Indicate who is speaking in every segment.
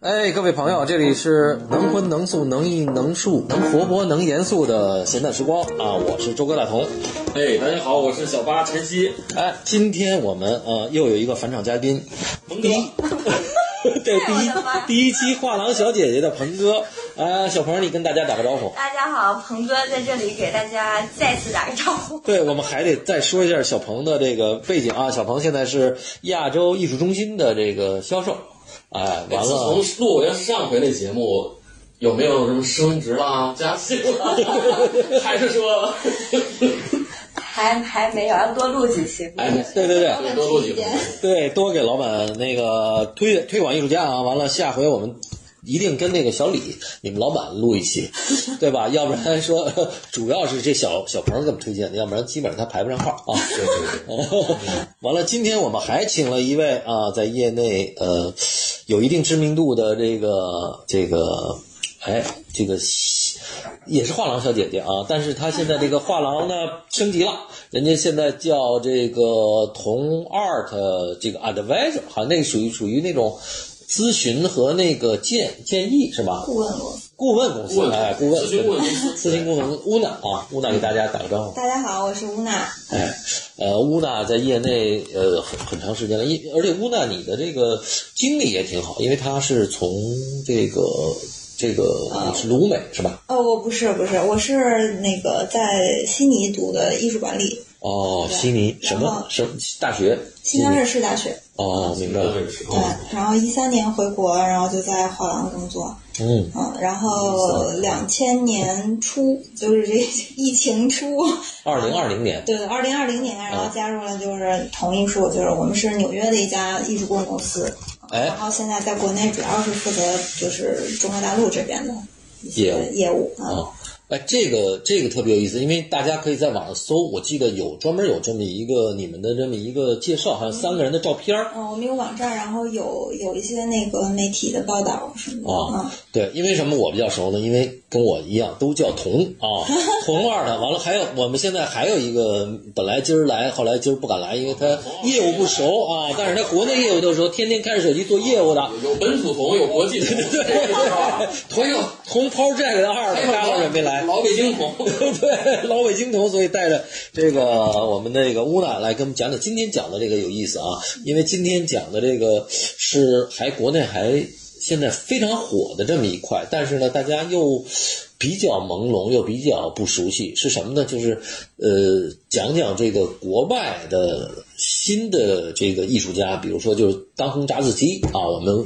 Speaker 1: 哎，各位朋友，这里是能荤能素能艺能术能活泼能严肃的闲淡时光啊！我是周哥大同。
Speaker 2: 哎，大家好，我是小八晨曦。
Speaker 1: 哎，今天我们呃又有一个返场嘉宾，
Speaker 2: 蒙哥
Speaker 1: 第一， 对第一第一期画廊小姐姐的鹏哥。啊，小鹏，你跟大家打个招呼。
Speaker 3: 大家好，鹏哥在这里给大家再次打个 招呼。
Speaker 1: 对，我们还得再说一下小鹏的这个背景啊。小鹏现在是亚洲艺术中心的这个销售，哎，
Speaker 2: 哎
Speaker 1: 完
Speaker 2: 自
Speaker 1: 了
Speaker 2: 从，录完上回那节目，有没有什么升职啦、加薪 啦？还是说，
Speaker 3: 还还没有，要多录几期。
Speaker 2: 哎，
Speaker 1: 对对对，
Speaker 2: 多录几个。
Speaker 1: 对，多给老板那个推推广艺术家啊！完了，下回我们一定跟那个小李，你们老板录一期， 对吧？要不然说，主要是这小小鹏给我们推荐的，要不然基本上他排不上号啊。
Speaker 2: 对对对，
Speaker 1: 完了，今天我们还请了一位啊，在业内呃有一定知名度的这个这个，哎，这个也是画廊小姐姐啊，但是她现在这个画廊呢升级了，人家现在叫这个同 art 这个 advisor，好像那个属于属于那种咨询和那个建建议是吧？
Speaker 3: 顾问我，
Speaker 1: 顾问公
Speaker 2: 顾
Speaker 1: 司，
Speaker 2: 问
Speaker 1: 哎，顾问
Speaker 2: 咨询顾问公司，
Speaker 1: 咨询顾问乌娜啊，乌娜给大家打个招呼。
Speaker 3: 大家好，我是乌娜。
Speaker 1: 哎，呃，乌娜在业内呃很很长时间了，因而且乌娜你的这个经历也挺好，因为她是从这个这个
Speaker 2: 啊
Speaker 1: 你是鲁美是吧？
Speaker 4: 哦，我不是不是，我是那个在悉尼读的艺术管理，
Speaker 1: 哦，悉尼什么
Speaker 4: 然后
Speaker 1: 什么大学？悉
Speaker 4: 新疆
Speaker 1: 尼
Speaker 4: 瑞士大学。
Speaker 1: 哦，明白了。
Speaker 4: 对，然后一三年回国，然后就在画廊工作，
Speaker 1: 嗯，
Speaker 4: 嗯，然后两千年初就是这疫情初，
Speaker 1: 二零二零年
Speaker 4: 对对，二零二零年，然后
Speaker 1: 嗯
Speaker 4: 加入了就是同艺术，就是我们是纽约的一家艺术顾问公司，
Speaker 1: 哎
Speaker 4: 然后现在在国内主要是负责就是中国大陆这边的一
Speaker 1: 业
Speaker 4: 些
Speaker 1: 务
Speaker 4: 业务啊。
Speaker 1: 啊。哎，这个这个特别有意思，因为大家可以在网上搜，我记得有专门有这么一个你们的这么一个介绍，好像三个人的照片儿。
Speaker 4: 嗯，我们有网站，然后有有一些那个媒体的报道什么的。
Speaker 1: 啊
Speaker 4: 嗯，
Speaker 1: 对，因为什么我比较熟呢？因为跟我一样都叫童 啊，童二的。完了，还有我们现在还有一个，本来今儿来，后来今儿不敢来，因为他业务不熟啊。但是他国内业务的时候，天天开着手机做业务的。
Speaker 2: 有本土同，有国际同，
Speaker 1: 童童抛这个二的，
Speaker 2: 还
Speaker 1: 大老
Speaker 2: 有
Speaker 1: 远没来。
Speaker 2: 老北京同。
Speaker 1: 对，老北京童，所以带着这个我们那个乌娜来跟我们讲讲今天讲的这个有意思啊，因为今天讲的这个是还国内还现在非常火的这么一块，但是呢，大家又比较朦胧，又比较不熟悉，是什么呢？就是呃，讲讲这个国外的新的这个艺术家，比如说就是当红炸子鸡啊，我们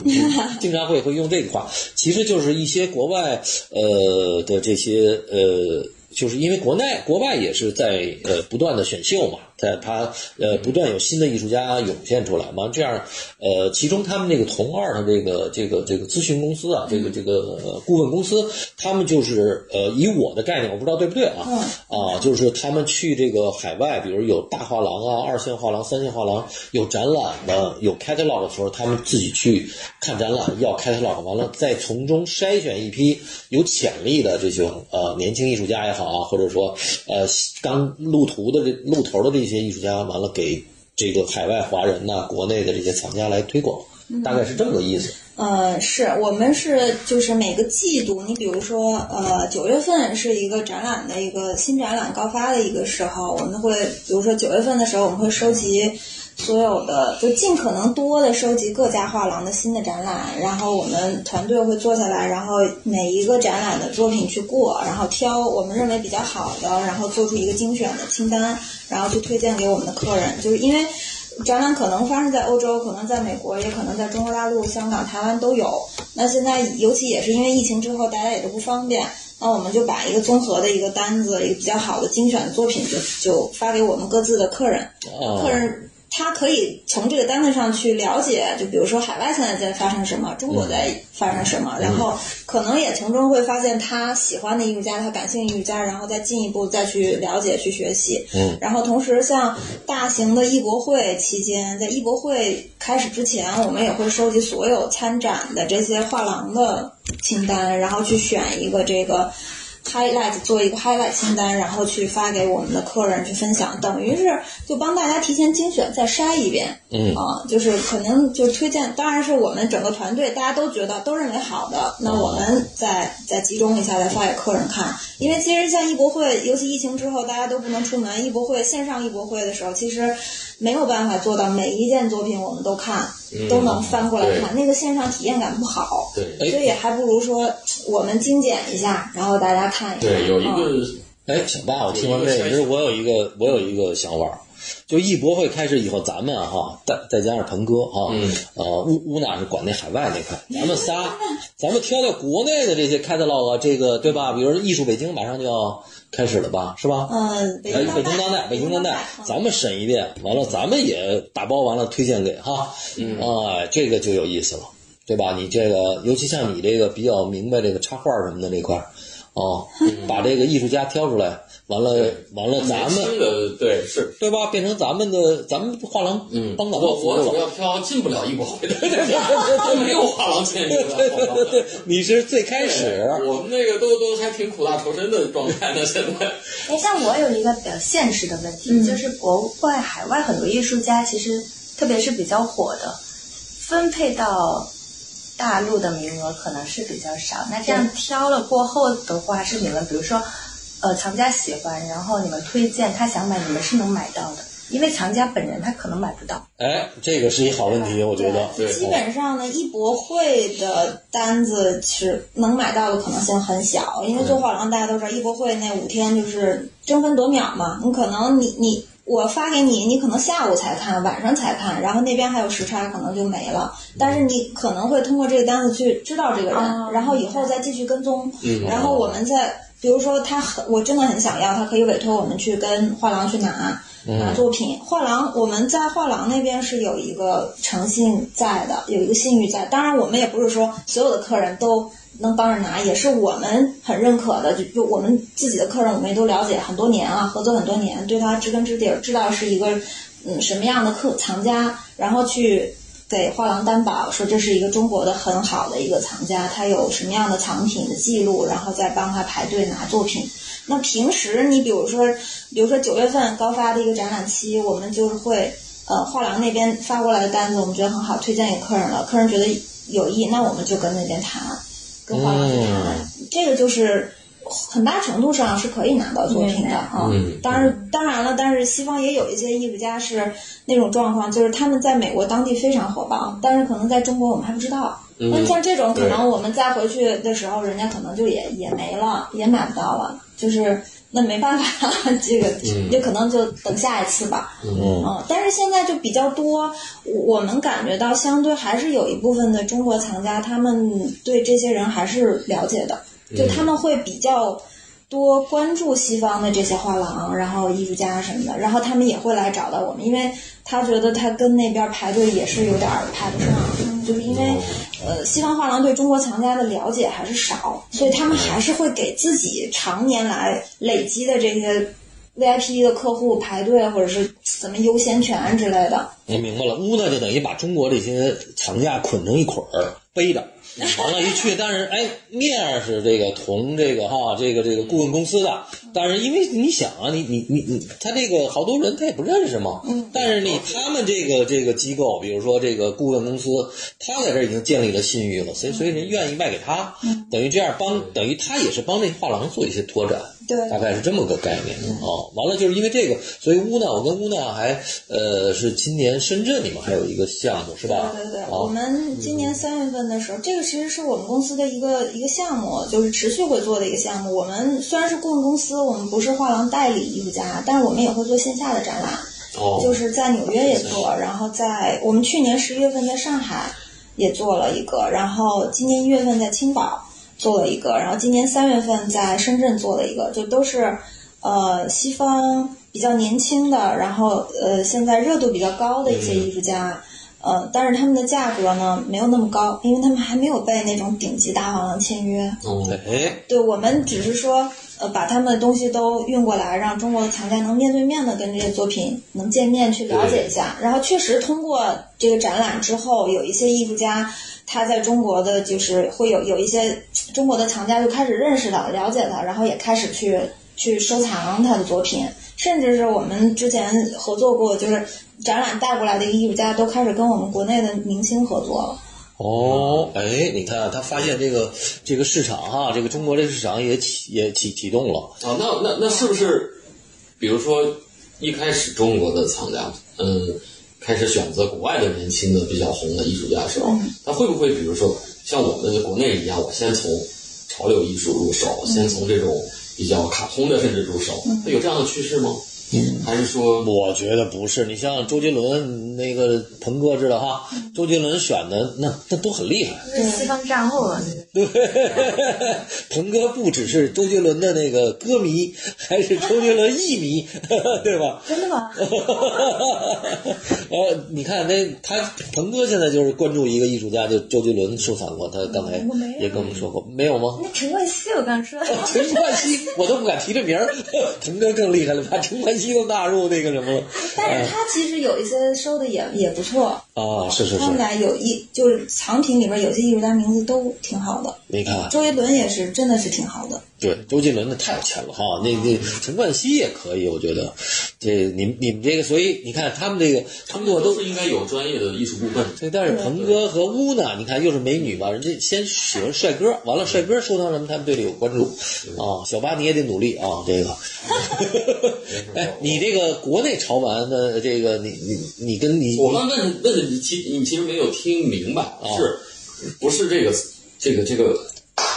Speaker 1: 经常会会用这个话，其实就是一些国外呃的这些呃。就是因为国内国外也是在呃不断的选秀嘛，在他呃不断有新的艺术家涌现出来嘛，这样呃，其中他们这个同二的这个这个这个咨询公司啊，这个这个、呃顾问公司，他们就是呃以我的概念，我不知道对不对啊、啊，就是他们去这个海外，比如有大画廊啊、二线画廊、三线画廊有展览的、有 catalog 的时候，他们自己去看展览，要 catalog，完了再从中筛选一批有潜力的这种呃年轻艺术家也好啊，或者说呃刚路途的这路头的这些艺术家，完了给这个海外华人呐、国内的这些藏家来推广，大概是这么个意思。
Speaker 4: 呃，是我们是就是每个季度，你比如说，呃，九月份是一个展览的一个新展览高发的一个时候，我们会比如说九月份的时候，我们会收集所有的，就尽可能多的收集各家画廊的新的展览，然后我们团队会坐下来，然后每一个展览的作品去过，然后挑我们认为比较好的，然后做出一个精选的清单，然后去推荐给我们的客人，就是因为。展览可能发生在欧洲，可能在美国，也可能在中国大陆、香港、台湾都有。那现在尤其也是因为疫情之后，大家也都不方便，那我们就把一个综合的一个单子，一个比较好的精选的作品就就发给我们各自的客人，
Speaker 1: 哦
Speaker 4: 客人。他可以从这个单子上去了解，就比如说海外现在在发生什么，中国在发生什么，然后可能也从中会发现他喜欢的艺术家，他感兴趣的艺术家，然后再进一步再去了解、去学习。
Speaker 1: 嗯
Speaker 4: 然后同时，像大型的艺博会期间，在艺博会开始之前，我们也会收集所有参展的这些画廊的清单，然后去选一个这个。 highlight 做一个 highlight 清单，然后去发给我们的客人去分享，等于是就帮大家提前精选再筛一遍。
Speaker 1: 嗯
Speaker 4: 啊，就是可能就推荐，当然是我们整个团队大家都觉得都认为好的，那我们再再集中一下再发给客人看。因为其实像艺博会，尤其疫情之后大家都不能出门，艺博会线上艺博会的时候，其实没有办法做到每一件作品我们都看，
Speaker 1: 嗯
Speaker 4: 都能翻过来看，那个线上体验感不好。
Speaker 2: 对
Speaker 1: 哎
Speaker 4: 所以还不如说我们精简一下，然后大家看一下。
Speaker 2: 对，有一
Speaker 4: 嗯
Speaker 2: 个
Speaker 1: 哎，小爸，我听完这
Speaker 2: 有
Speaker 1: 个，
Speaker 2: 一个筛选
Speaker 1: 其实我有一个我有一个想法儿，就艺博会开始以后，咱们啊哈，再再加上鹏哥哈，
Speaker 2: 嗯
Speaker 1: 呃，乌乌娜是管那海外那块，咱们仨，咱们挑挑国内的这些 catalog，啊这个对吧？比如说艺术北京马上就要开始了吧，是吧？
Speaker 4: 嗯，北
Speaker 1: 哎，
Speaker 4: 京啊
Speaker 1: 北京当代，北京当代，咱们审一遍，完了咱们也打包完了推荐给哈，
Speaker 2: 嗯
Speaker 1: 啊，这个就有意思了，对吧？你这个，尤其像你这个比较明白这个插画什么的这块儿，哦，把这个艺术家挑出来，完了
Speaker 2: 嗯对
Speaker 1: 完了，咱
Speaker 2: 年轻
Speaker 1: 们
Speaker 2: 的对是，
Speaker 1: 对吧？变成咱们的咱们画廊
Speaker 2: 嗯，
Speaker 1: 帮
Speaker 2: 我
Speaker 1: 咱们服务
Speaker 2: 我主
Speaker 1: 了。
Speaker 2: 要飘进不了艺博会的， 都没有画廊签约
Speaker 1: 对对对
Speaker 2: 的。
Speaker 1: 对， 你是最开始，
Speaker 2: 我们那个都都还挺苦大仇深的状态呢，现在。
Speaker 3: 哎，像我有一个比较现实的问题，
Speaker 4: 嗯
Speaker 3: 就是国外海外很多艺术家，其实特别是比较火的，分配到大陆的名额可能是比较少。那这样挑了过后的话，是你们比如说，呃，藏家喜欢，然后你们推荐他想买，你们是能买到的，因为藏家本人他可能买不到。
Speaker 1: 哎，这个是一好问题，我觉得。哦
Speaker 2: 对
Speaker 4: 基本上呢，艺博会的单子是能买到的可能性很小，因为做画廊大家都知道，艺博会那五天就是争分夺秒嘛，你可能你你。我发给你，你可能下午才看，晚上才看，然后那边还有时差，可能就没了。但是你可能会通过这个单子去知道这个人，
Speaker 3: 哦
Speaker 4: 然后以后再继续跟踪。
Speaker 2: 嗯
Speaker 4: 然后我们再，比如说他很，我真的很想要，他可以委托我们去跟画廊去拿。拿作品，画廊我们在画廊那边是有一个诚信在的，有一个信誉在。当然，我们也不是说所有的客人都能帮着拿，也是我们很认可的。就就我们自己的客人，我们也都了解很多年啊，合作很多年，对他知根知底儿，知道是一个嗯什么样的客藏家，然后去给画廊担保，说这是一个中国的很好的一个藏家，他有什么样的藏品的记录，呃然后再帮他排队拿作品。那平时你比如说，比如说九月份高发的一个展览期，我们就是会呃画廊那边发过来的单子，我们觉得很好，推荐给客人了，客人觉得有意，那我们就跟那边谈，跟画廊去谈，这个就是。很大程度上是可以拿到作品
Speaker 3: 明
Speaker 4: 的
Speaker 3: 白
Speaker 4: 啊，
Speaker 2: 嗯
Speaker 4: 当然当然了，但是西方也有一些艺术家是那种状况，就是他们在美国当地非常火爆，但是可能在中国我们还不知道。那、像这种可
Speaker 2: 嗯对
Speaker 4: 能我们再回去的时候，人家可能就也也没了，也买不到了，就是那没办法，这个
Speaker 2: 嗯哦
Speaker 4: 也可能就等下一次吧。
Speaker 1: 嗯
Speaker 4: 嗯，但是现在就比较多，我我们感觉到相对还是有一部分的中国藏家，他们对这些人还是了解的，
Speaker 2: 嗯
Speaker 4: 就他们会比较多关注西方的这些画廊，然后艺术家什么的，然后他们也会来找到我们，因为他觉得他跟那边排队也是有点儿排不上，就是因为呃西方画廊对中国藏家的了解还是少，所以他们还是会给自己常年来累积的这些 VIP 的客户排队或者是怎么优先权之类的。
Speaker 1: 我明白了，乌呢就等于把中国这些藏家捆成一捆儿背着，完了，一去，但是哎，面儿是这个同这个哈，这个这个顾问公司的，但是因为你想啊，你你你你，他这个好多人他也不认识嘛，但是你他们这个这个机构，比如说这个顾问公司，他在这儿已经建立了信誉了，所以所以人愿意卖给他，等于这样帮，等于他也是帮这画廊做一些拓展，
Speaker 4: 对
Speaker 1: 大概是这么个概念哦。完了，就是因为这个，所以乌娜，我跟乌娜还呃是今年深圳你们还有一个项目是吧？
Speaker 4: 对对对，
Speaker 1: 啊
Speaker 4: 我们今年三月份的时候，这个其实是我们公司的一个一个项目，就是持续会做的一个项目。我们虽然是顾问公司，我们不是画廊代理艺术家，但是我们也会做线下的展览，
Speaker 2: 哦，
Speaker 4: 就是在纽约也做，然后在我们去年十一月份在上海也做了一个，然后今年一月份在青岛做了一个，然后今年三月份在深圳做了一个，就都是呃西方比较年轻的，然后呃现在热度比较高的一些艺术家。呃，但是他们的价格呢没有那么高，因为他们还没有被那种顶级大画廊签约。
Speaker 2: 哦，
Speaker 1: 哎，
Speaker 4: 对我们只是说，呃，把他们的东西都运过来，让中国的藏家能面对面的跟这些作品能见面去了解一下。然后确实通过这个展览之后，有一些艺术家他在中国的就是会有有一些中国的藏家就开始认识到、了解到，然后也开始去去收藏他的作品，甚至是我们之前合作过，就是展览带过来的一个艺术家，都开始跟我们国内的明星合作了。
Speaker 1: 哦，哎，你看他发现这个这个市场哈、这个中国这个市场也启也启启动了。
Speaker 2: 啊，那那那是不是，比如说一开始中国的藏家，嗯，开始选择国外的年轻的比较红的艺术家的时候，
Speaker 1: 嗯
Speaker 2: 他会不会比如说像我们国内一样，我先从潮流艺术入手，先从这种比较卡通的甚至入手，
Speaker 1: 嗯
Speaker 2: 那有这样的趋势吗？还是说
Speaker 1: 我觉得不是，你像周杰伦那个鹏哥知道哈，周杰伦选的那那都很厉害。
Speaker 3: 就是西方战后嘛，
Speaker 1: 对，鹏哥不只是周杰伦的那个歌迷，还是周杰伦艺迷， 对吧？
Speaker 3: 真的 吗？
Speaker 1: 呃，你看那他鹏哥现在就是关注一个艺术家，就周杰伦收藏过，他刚才
Speaker 3: 我没有
Speaker 1: 也跟我们说过，没有吗？
Speaker 3: 那陈冠希我刚说的，
Speaker 1: 陈冠希，我都不敢提这名儿。 腾哥更厉害了，把陈冠希都纳入那个什 么了。
Speaker 4: 但
Speaker 1: 哎
Speaker 4: 是他其实有一些收的也也不错，
Speaker 1: 啊，是是
Speaker 4: 他们
Speaker 3: 嗯
Speaker 1: 是，
Speaker 4: 俩有一就是藏品里边有些艺术家名字都挺好的，
Speaker 1: 你看，啊
Speaker 4: 周杰伦也是真的是挺好的。
Speaker 1: 对，周杰伦那太有钱了哈，那那陈冠希也可以，我觉得，这你们你们这个，所以你看他们这个
Speaker 2: 他
Speaker 1: 通
Speaker 2: 们
Speaker 1: 过
Speaker 2: 都
Speaker 1: 都
Speaker 2: 是应该有专业的艺术顾问？
Speaker 1: 对，但是鹏哥和乌娜，你看又是美女嘛，人家先喜欢帅哥，完了帅哥收藏什么，他们对这有关注啊。小八你也得努力啊，这个。哎，你这个国内潮玩的这个，你你你跟你
Speaker 2: 我刚问问的你其你其实没有听明白，啊是不是这个这个这个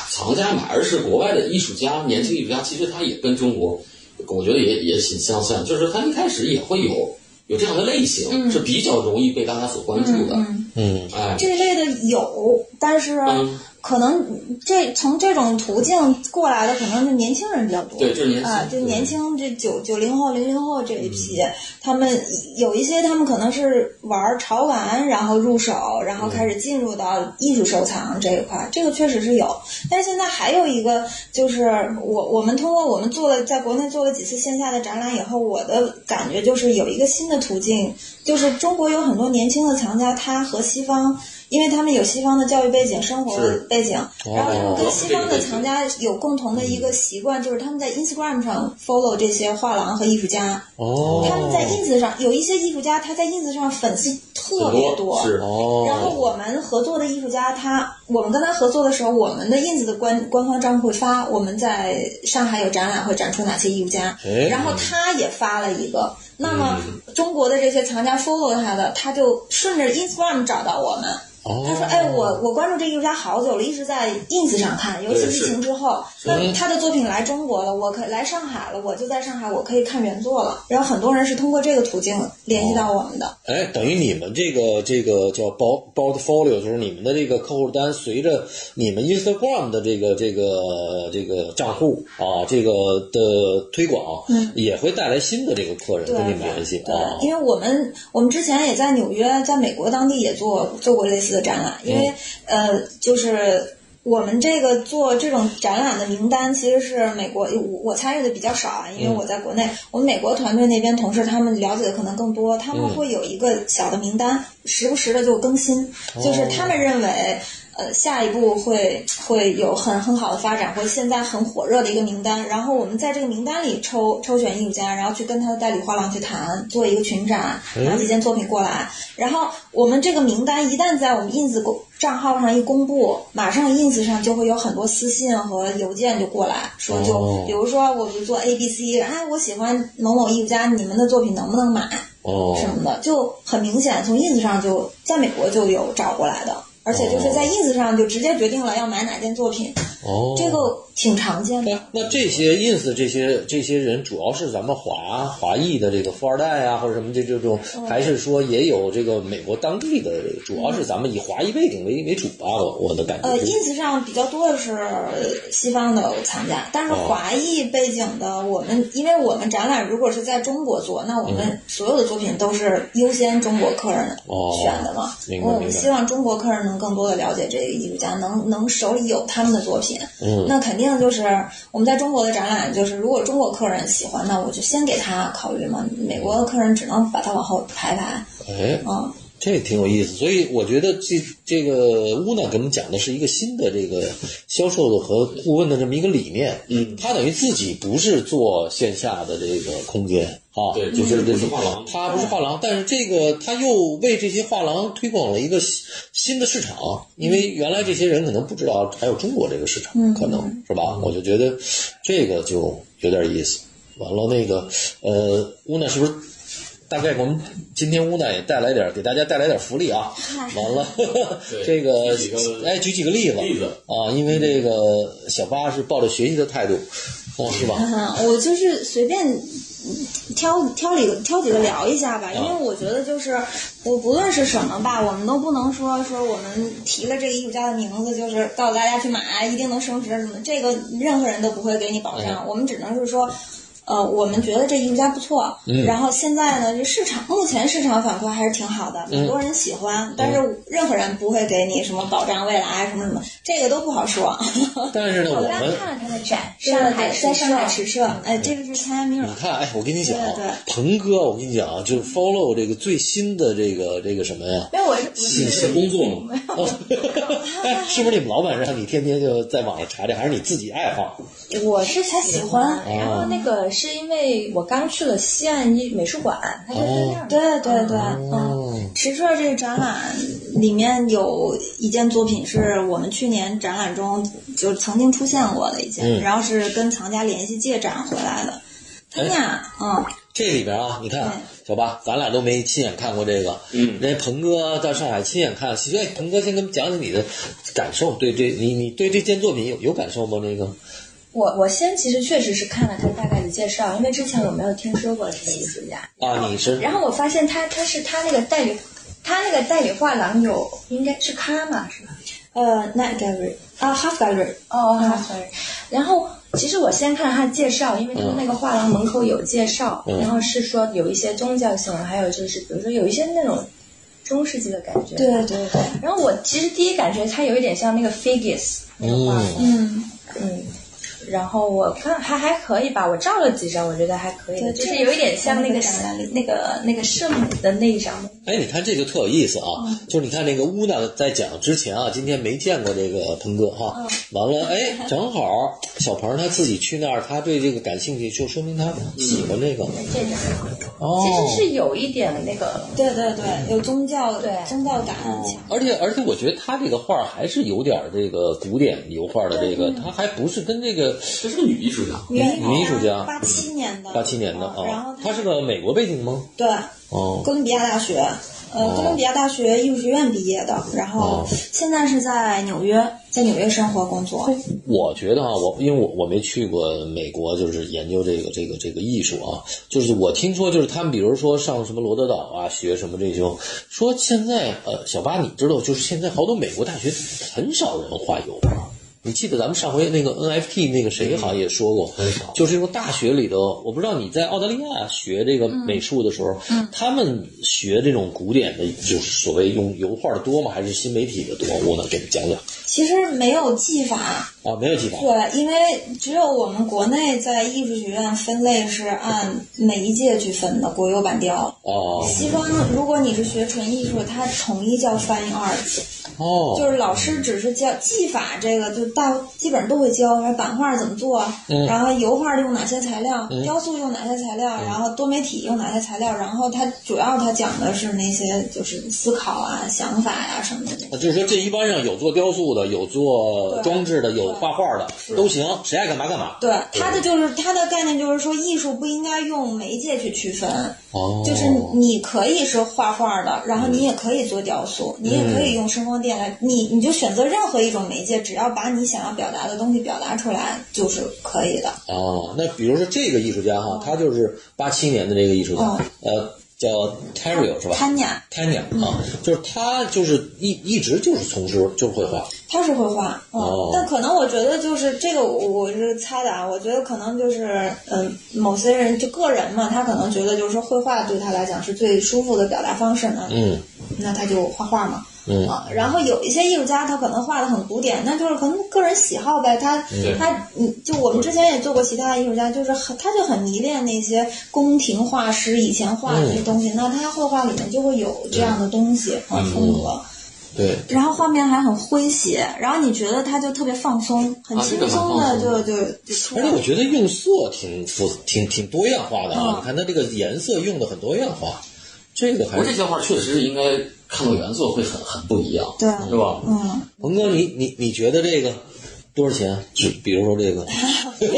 Speaker 2: 藏家买，而是国外的艺术家，年轻艺术家，其实他也跟中国，我觉得也也挺相像，就是他一开始也会有有这样的类型，是比较容易被大家所关注的，
Speaker 4: 嗯，
Speaker 1: 嗯
Speaker 2: 哎，
Speaker 4: 这一类的有，但是
Speaker 2: 嗯
Speaker 4: 可能这从这种途径过来的可能是年轻人比较多。
Speaker 2: 对，嗯这是年轻，
Speaker 4: 啊，就年轻这九九零后、零零后这一批，他们有一些他们可能是玩潮玩，然后入手，然后开始进入到艺术收藏这一块，这个确实是有。但是现在还有一个，就是我我们通过我们做了在国内做了几次线下的展览以后，我的感觉就是有一个新的途径，就是中国有很多年轻的藏家，他和西方。因为他们有西方的教育背景、生活
Speaker 2: 是哦
Speaker 4: 背景，然后他们跟西方
Speaker 2: 这个
Speaker 4: 的
Speaker 2: 背景
Speaker 4: 藏家有共同的一个习惯，就是他们在 Instagram 上 follow 这些画廊和艺术家。
Speaker 1: 哦，
Speaker 4: 他们在 ins 上有一些艺术家，他在 ins 上粉丝特
Speaker 2: 嗯很
Speaker 4: 别
Speaker 2: 多是
Speaker 1: 哦，
Speaker 4: 然后我们合作的艺术家，他我们跟他合作的时候，我们的 ins 的官官方账户会发我们在上海有展览会展出哪些艺术家
Speaker 1: 哎，
Speaker 4: 然后他也发了一个。那么中国的这些藏家 follow 他的，他就顺着 Instagram 找到我们。
Speaker 1: 哦
Speaker 4: 他说：“哎，我我关注这艺术家好久了，一直在 ins 上看，尤其
Speaker 2: 对
Speaker 4: 疫
Speaker 2: 是
Speaker 4: 情之后，那他的作品来中国了，我可来上海了，我就在上海，我可以看原作了。然后很多人是通过这个途径联系到我们的。
Speaker 1: 哎，等于你们这个这个叫 bor- portfolio，就是你们的这个客户单，随着你们 Instagram 的这个这个这个账户啊，这个的推广，
Speaker 4: 嗯
Speaker 1: 也会带来新的这个客人
Speaker 4: 对
Speaker 1: 跟你们联系
Speaker 4: 对
Speaker 1: 啊，。
Speaker 4: 因为我们我们之前也在纽约，在美国当地也做做过类似的展览，因为、呃，就是我们这个做这种展览的名单其实是美国我我参与的比较少啊，因为我在国内，我们美国团队那边同事他们了解的可能更多，他们会有一个小的名单，时不时的就更新，就是他们认为。呃，下一步会会有很很好的发展，或者现在很火热的一个名单。然后我们在这个名单里抽抽选艺术家，然后去跟他的代理画廊去谈，做一个群展，拿几件作品过来。然后我们这个名单一旦在我们 ins 公账号上一公布，马上 ins 上就会有很多私信和邮件就过来说就，
Speaker 1: 哦
Speaker 4: 比如说我就做 A B C，哎，我喜欢某某艺术家，你们的作品能不能买？
Speaker 1: 哦，
Speaker 4: 什么的，就很明显，从 ins 上就在美国就有找过来的，而且就是在 ins 上就直接决定了要买哪件作品，
Speaker 1: 哦，
Speaker 4: 这个挺常见的。
Speaker 1: 那这些 ins 这些这些人，主要是咱们华华裔的这个富二代啊，或者什么这这种，还是说也有这个美国当地的，主要是咱们以华裔背景为为主吧，我我的感觉
Speaker 4: 呃
Speaker 1: 是。
Speaker 4: ，ins 上比较多的是西方的藏家，但是
Speaker 1: 哦
Speaker 4: 华裔背景的，我们因为我们展览如果是在中国做，那我们所有的作品都是优先中国客人
Speaker 1: 嗯哦
Speaker 4: 选的嘛，
Speaker 1: 明
Speaker 4: 因
Speaker 1: 白
Speaker 4: 为我
Speaker 1: 明
Speaker 4: 们
Speaker 1: 白
Speaker 4: 希望中国客人能更多的了解这个艺术家，能能手里有他们的作品。
Speaker 1: 嗯
Speaker 4: 那肯定就是我们在中国的展览，就是如果中国客人喜欢，那我就先给他考虑嘛，美国的客人只能把它往后排排。
Speaker 1: 哎，
Speaker 4: 嗯，
Speaker 1: 这挺有意思，所以我觉得这这个乌娜给我们讲的是一个新的这个销售的和顾问的这么一个理念。
Speaker 2: 嗯
Speaker 1: 他等于自己不是做线下的这个空间啊，
Speaker 2: 对
Speaker 1: 就
Speaker 4: 嗯
Speaker 2: 就是
Speaker 1: 这
Speaker 2: 不是画廊
Speaker 1: 他不是画廊，但是这个他又为这些画廊推广了一个新新的市场，因为原来这些人可能不知道还有中国这个市场，
Speaker 4: 嗯
Speaker 1: 可能是吧？我就觉得这个就有点意思。完了，那个呃，乌娜是不是大概给我们今天乌娜也带来点儿给大家带来点儿福利啊？完了，
Speaker 2: 对
Speaker 1: 这个
Speaker 2: 举几个
Speaker 1: 哎，举几个例子
Speaker 2: 例子
Speaker 1: 啊，因为这个小八是抱着学习的态度，哦，是吧？
Speaker 4: 嗯， 我就是随便嗯挑挑几个挑几个聊一下吧，因为我觉得就是我不论是什么吧，我们都不能说说我们提了这个艺术家的名字，就是告诉大家去买啊一定能升值什么，这个任何人都不会给你保障，我们只能是说。呃，我们觉得这艺术家不错，
Speaker 1: 嗯
Speaker 4: 然后现在呢，这市场目前市场反馈还是挺好的，很多人喜欢，但是任何人不会给你什么保障未来什么什么，这个都不好说。
Speaker 1: 但是呢，我
Speaker 3: 我刚
Speaker 1: 们
Speaker 3: 看了他的展，
Speaker 4: 对
Speaker 3: 上 海
Speaker 4: 在上海
Speaker 3: 池
Speaker 4: 池社，哎，这个是参加米尔
Speaker 1: 你看，哎，我跟你讲啊
Speaker 4: 对对，
Speaker 1: 鹏哥，我跟你讲啊，就是 follow 这个最新的这个这个什么呀？
Speaker 3: 没有，我是我是
Speaker 2: 你是工作吗？
Speaker 4: 啊
Speaker 1: 哎，是不是你们老板让你天天就在网上查这，还是你自己爱好？
Speaker 3: 我
Speaker 4: 是
Speaker 3: 是
Speaker 4: 才
Speaker 3: 才
Speaker 4: 喜
Speaker 3: 喜
Speaker 4: 欢
Speaker 3: 欢，然后那个是因为我刚去了西岸艺美术馆，它
Speaker 4: 哦
Speaker 3: 就这样。
Speaker 4: 对对对，嗯，
Speaker 1: 哦，
Speaker 4: 池社这个展览里面有一件作品是我们去年展览中就是曾经出现过的一件，
Speaker 1: 嗯
Speaker 4: 然后是跟藏家联系借展回来的。
Speaker 1: 哎
Speaker 4: 他俩，嗯，
Speaker 1: 这里边啊，你看啊
Speaker 4: 嗯
Speaker 1: 小八，咱俩都没亲眼看过这个，
Speaker 2: 嗯，
Speaker 1: 人家鹏哥到上海亲眼看，哎，鹏哥先给我们讲讲你的感受，对这你你对这件作品有有感受吗？那个，
Speaker 3: 我我先其实确实是看了他大概的介绍，因为之前我没有听说过这个艺术家。
Speaker 1: 啊，你是
Speaker 3: 然后我发现他他是他那个代理，他那个代理画廊有应该是卡玛是吧？
Speaker 4: 呃，Night Gallery 啊，Half 啊 Gallery，
Speaker 3: 哦，哈弗尔。然后其实我先看他介绍，因为他们那个画廊门口有介绍，
Speaker 1: 嗯
Speaker 3: 然后是说有一些宗教性的，还有就是比如说有一些那种中世纪的感觉。
Speaker 4: 对。对对，
Speaker 3: 然后我其实第一感觉它有一点像那个 Figis 那个画风，
Speaker 4: 嗯，
Speaker 3: 嗯，然后我看还还可以吧，我照了几张，我觉得还可以
Speaker 4: 对
Speaker 3: 的，就是
Speaker 4: 这个
Speaker 3: 有一点像那个
Speaker 4: 是我们的展览里
Speaker 3: 那个那个圣母的那一张，
Speaker 1: 哎，你看这就特有意思啊！就是你看那个乌娜在讲之前啊，今天没见过这个鹏哥哈、完了哎，正好小鹏他自己去那儿，他对这个感兴趣，就说明他喜欢这个、
Speaker 3: 这张
Speaker 1: 哦。
Speaker 3: 嗯其实是有一点那个，
Speaker 4: 对对对，有宗教，
Speaker 3: 对
Speaker 4: 宗教感很强。
Speaker 1: 而且而且，我觉得他这个画还是有点儿这个古典油画的这个，他还不是跟这个
Speaker 2: 她是个女艺术家，
Speaker 1: 女女艺术家
Speaker 4: 八七年的，
Speaker 1: 八七年的
Speaker 4: 嗯然后
Speaker 1: 啊，他是个美国背景吗？
Speaker 4: 对，
Speaker 1: 哦，
Speaker 4: 哥伦比亚大学，呃，哥伦比亚大学艺术学院毕业的，然后
Speaker 1: 哦
Speaker 4: 现在是在纽约，在纽约生活工作。
Speaker 1: 我觉得啊，我因为我我没去过美国，就是研究这个这个这个艺术啊，就是我听说就是他们，比如说上什么罗德岛啊，学什么这些，说现在呃，小八你知道，就是现在好多美国大学很少人画油画。你记得咱们上回那个 NFT 那个谁好像也说过，
Speaker 2: 嗯很少
Speaker 1: 就是用大学里头，我不知道你在澳大利亚学这个美术的时候，
Speaker 2: 嗯
Speaker 1: 他们学这种古典的，就是所谓用油画的多吗？还是新媒体的多？我呢，给你讲讲
Speaker 4: 其实没有技法，
Speaker 1: 啊，没有技法。
Speaker 4: 对，因为只有我们国内在艺术学院分类是按每一届去分的，国有版雕。
Speaker 1: 哦
Speaker 4: 西方，如果你是学纯艺术，它统一叫 Fine Arts，
Speaker 1: 哦，
Speaker 4: 就是老师只是教技法，这个就大基本上都会教，然后版画怎么做，啊
Speaker 1: 嗯
Speaker 4: 然后油画用哪些材料，雕塑用哪些材料，然后多媒体用哪些材料，然后它主要它讲的是那些就是思考啊、想法呀、什么的。
Speaker 1: 啊就是说，这一班上有做雕塑的，有做
Speaker 4: 对
Speaker 1: 装置的，有画画的，都行，谁爱干嘛干嘛。
Speaker 4: 对，它的就是它的概念就是说，艺术不应该用媒介去区分，
Speaker 1: 哦
Speaker 4: 就是你可以是画画的，然后你也可以做雕塑，
Speaker 1: 嗯
Speaker 4: 你也可以用声光电来，你你就选择任何一种媒介，只要把你想要表达的东西表达出来就是可以的。
Speaker 1: 哦，那比如说这个艺术家哈，他就是八七年的这个艺术家
Speaker 4: 哦，
Speaker 1: 呃，叫 Terrio 是吧
Speaker 4: Tanya，
Speaker 1: ？Tanya
Speaker 4: 嗯
Speaker 1: 啊，就是他就是一一直就是从事就是绘画，
Speaker 4: 他是会画，嗯，
Speaker 1: 哦
Speaker 4: 但可能我觉得就是这个我，我是猜的啊，我觉得可能就是，嗯，某些人就个人嘛，他可能觉得就是说绘画对他来讲是最舒服的表达方式呢，
Speaker 1: 嗯
Speaker 4: 那他就画画嘛，
Speaker 1: 嗯
Speaker 4: 啊。然后有一些艺术家他可能画的很古典，那就是可能个人喜好呗。他、
Speaker 2: 对
Speaker 4: 他嗯，就我们之前也做过其他艺术家，就是很他就很迷恋那些宫廷画师以前画的
Speaker 2: 嗯
Speaker 4: 那些东西，那他绘画里面就会有这样的东西啊
Speaker 2: 嗯
Speaker 4: 风格。
Speaker 1: 对，
Speaker 4: 然后画面还很诙谐，然后你觉得他就特别放松，很
Speaker 2: 啊这
Speaker 4: 轻
Speaker 2: 个
Speaker 4: 松的
Speaker 2: 蛮放松哎
Speaker 4: 就
Speaker 2: 的
Speaker 4: 就就出
Speaker 1: 而
Speaker 4: 来
Speaker 1: 且我
Speaker 4: 了。
Speaker 1: 觉得用色挺复挺挺多样化的啊，
Speaker 4: 嗯
Speaker 1: 你看它这个颜色用的很多样化，这个
Speaker 2: 不
Speaker 1: 还
Speaker 2: 过这
Speaker 1: 是
Speaker 2: 些画确实应该看到原作会很很不一样，
Speaker 4: 对，
Speaker 2: 是吧？
Speaker 4: 嗯，
Speaker 1: 鹏哥，你你你觉得这个多少钱？只比如说这个，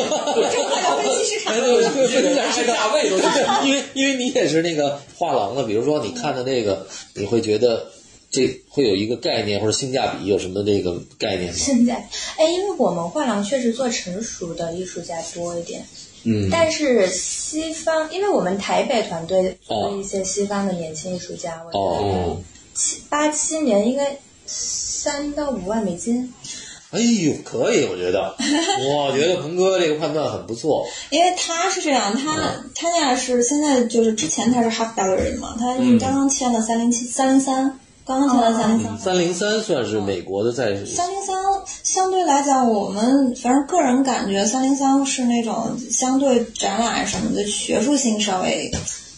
Speaker 4: 我分析师看
Speaker 1: 哎对对对对对价位都是，因为因为你也是那个画廊的，比如说你看的这个，你会觉得这会有一个概念或者性价比有什么这个概念吗？
Speaker 3: 现在，哎，因为我们画廊确实做成熟的艺术家多一点，
Speaker 1: 嗯
Speaker 3: 但是西方，因为我们台北团队做了一些西方的年轻艺术家，我觉得
Speaker 1: 哦，
Speaker 2: 哦，
Speaker 3: 七八七年应该三到五万美金，
Speaker 1: 哎呦，可以，我觉 得，我觉得鹏哥这个判断很不错。
Speaker 4: 因为他是这样，他、
Speaker 1: 嗯
Speaker 4: 他那是现在就是之前他是 half gallery 嘛，他
Speaker 2: 嗯
Speaker 4: 刚刚签了三零七三零三，刚刚签了三零三。
Speaker 1: 三零三算是美国的在
Speaker 4: 三零三相对来讲，我们反正个人感觉三零三是那种相对展览什么的学术性稍微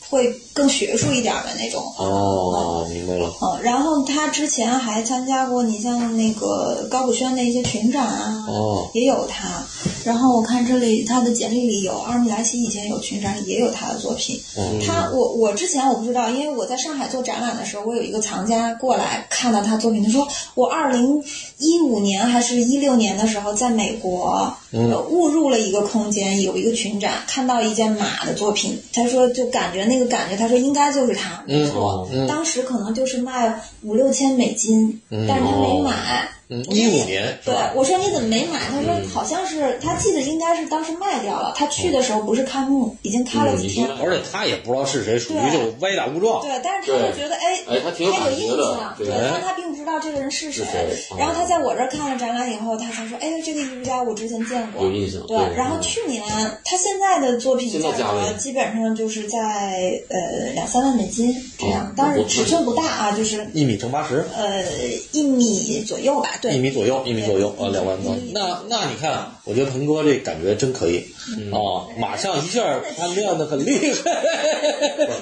Speaker 4: 会更学术一点的那种。
Speaker 1: 哦，明白了。
Speaker 4: 嗯，然后他之前还参加过你像那个高古轩的一些群展啊，
Speaker 1: 哦
Speaker 4: 也有他。然后我看这里他的简历里有阿米莱西以前有群展，也有他的作品。他我我之前我不知道，因为我在上海做展览的时候，我有一个藏家过来看到他作品，他说我二零一五年还是一六年的时候在美国、呃误入了一个空间，有一个群展，看到一件马的作品，他说就感觉那个感觉，他说应该就是他，没错。
Speaker 2: 哦
Speaker 4: 当时可能就是卖五六千美金，但是他没买。
Speaker 1: 嗯，一五年是
Speaker 4: 对
Speaker 1: 吧，？
Speaker 4: 我说你怎么没买？他说
Speaker 2: 嗯
Speaker 4: 好像是他记得应该是当时卖掉了。他去的时候不是开幕，已经开了几天
Speaker 2: 嗯已经
Speaker 4: 了。
Speaker 1: 而且他也不知道是谁，属于
Speaker 4: 对
Speaker 1: 就是歪打误撞。
Speaker 4: 对，但是他就觉得哎，
Speaker 2: 哎他挺有
Speaker 4: 他有
Speaker 2: 感觉
Speaker 4: 印
Speaker 2: 的
Speaker 4: 象，
Speaker 2: 对
Speaker 4: 但他并不知道这个人是谁
Speaker 2: 是谁嗯。
Speaker 4: 然后他在我这儿看了展览以后，他才说，哎，这个艺术家我之前见过，
Speaker 2: 有印象
Speaker 4: 对
Speaker 2: 对，嗯
Speaker 4: 然后去年他现在的作品
Speaker 2: 现在价
Speaker 4: 格
Speaker 2: 位
Speaker 4: 基本上就是在呃两三万美金这样
Speaker 2: 嗯，
Speaker 4: 当
Speaker 2: 那
Speaker 4: 然
Speaker 2: 不
Speaker 4: 尺
Speaker 2: 贵
Speaker 4: 寸不大啊，就是
Speaker 1: 一米乘八十，
Speaker 4: 呃一米左右吧，对，
Speaker 1: 一米左右，一米左右啊，两万多。那那你看，我觉得鹏哥这感觉真可以
Speaker 4: 嗯
Speaker 1: 啊，马上一下他亮的很厉害。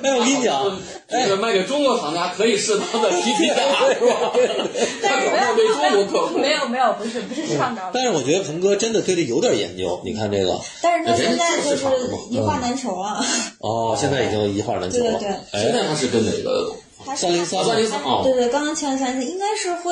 Speaker 1: 哎，我跟你讲，
Speaker 4: 嗯
Speaker 2: 这个卖给中国厂家可以适当的提提价，是吧？他搞不好对中国客户
Speaker 3: 没有没有，不是不是上高
Speaker 1: 嗯但是我觉得鹏哥真的对这有点研究。你看这个，
Speaker 4: 但是他
Speaker 2: 人
Speaker 4: 现
Speaker 2: 家
Speaker 4: 在就
Speaker 2: 确实
Speaker 4: 是
Speaker 2: 差不多
Speaker 4: 一画难求啊，
Speaker 1: 哦，现在已经一画难求了。
Speaker 4: 对对
Speaker 2: 现
Speaker 1: 哎，
Speaker 2: 在他是跟哪个？
Speaker 4: 他是
Speaker 1: 303
Speaker 4: 他是
Speaker 2: 303哦
Speaker 4: 对对，刚刚签了三零应该是会，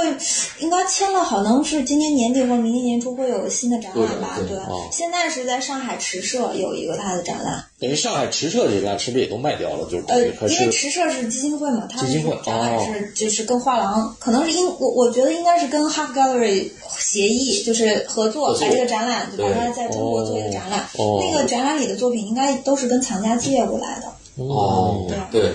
Speaker 4: 应该签了，好像是今年年底或者明年年初会有新的展览吧？
Speaker 2: 对
Speaker 4: 对
Speaker 2: 对
Speaker 1: 哦，
Speaker 4: 现在是在上海池社有一个他的展览，
Speaker 1: 等于上海驰社这家是不是也都卖掉了？就是
Speaker 4: 呃
Speaker 1: 等于，快
Speaker 4: 因为
Speaker 1: 是
Speaker 4: 池社是基金会嘛，他
Speaker 1: 基金会哦
Speaker 4: 展览是就是跟画廊，可能是因我我觉得应该是跟 Half Gallery 协议，就是合作
Speaker 2: 合作
Speaker 4: 把这个展览，就把
Speaker 2: 对
Speaker 4: 它在中国做一个展览，
Speaker 1: 哦
Speaker 4: 那个展览里的作品应该都是跟藏家借过来的。
Speaker 2: 哦，
Speaker 4: 嗯
Speaker 2: 对，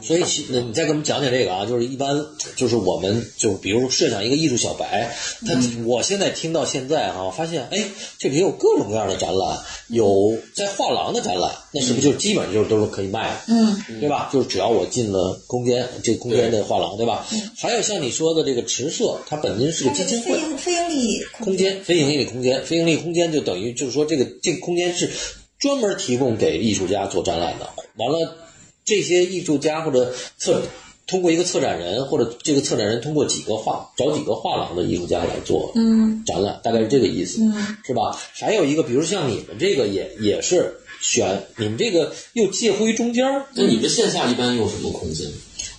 Speaker 1: 所以其，那你再给我们讲讲这个啊，就是一般，就是我们就比如设想一个艺术小白，他、我现在听到现在哈、我发现哎，这里有各种各样的展览，有在画廊的展览，那是不是就基本上就是都是可以卖的，
Speaker 4: 嗯，
Speaker 1: 对吧？就是只要我进了空间，这空间的画廊，对吧？还有像你说的这个池社，它本身是个
Speaker 4: 它
Speaker 1: 基
Speaker 4: 是
Speaker 1: 金
Speaker 4: 非
Speaker 1: 会。
Speaker 4: 盈非盈利
Speaker 1: 空间，非盈利的空间，非盈利空间就等于就是说这个这个空间是专门提供给艺术家做展览的。完了，这些艺术家或者策通过一个策展人或者这个策展人通过几个画找几个画廊的艺术家来做
Speaker 4: 嗯
Speaker 1: 展览，大概是这个意思，
Speaker 4: 嗯
Speaker 1: 是吧？还有一个，比如像你们这个也也是选你们这个又介乎于中间儿，
Speaker 2: 那你们线下一般用什么空间？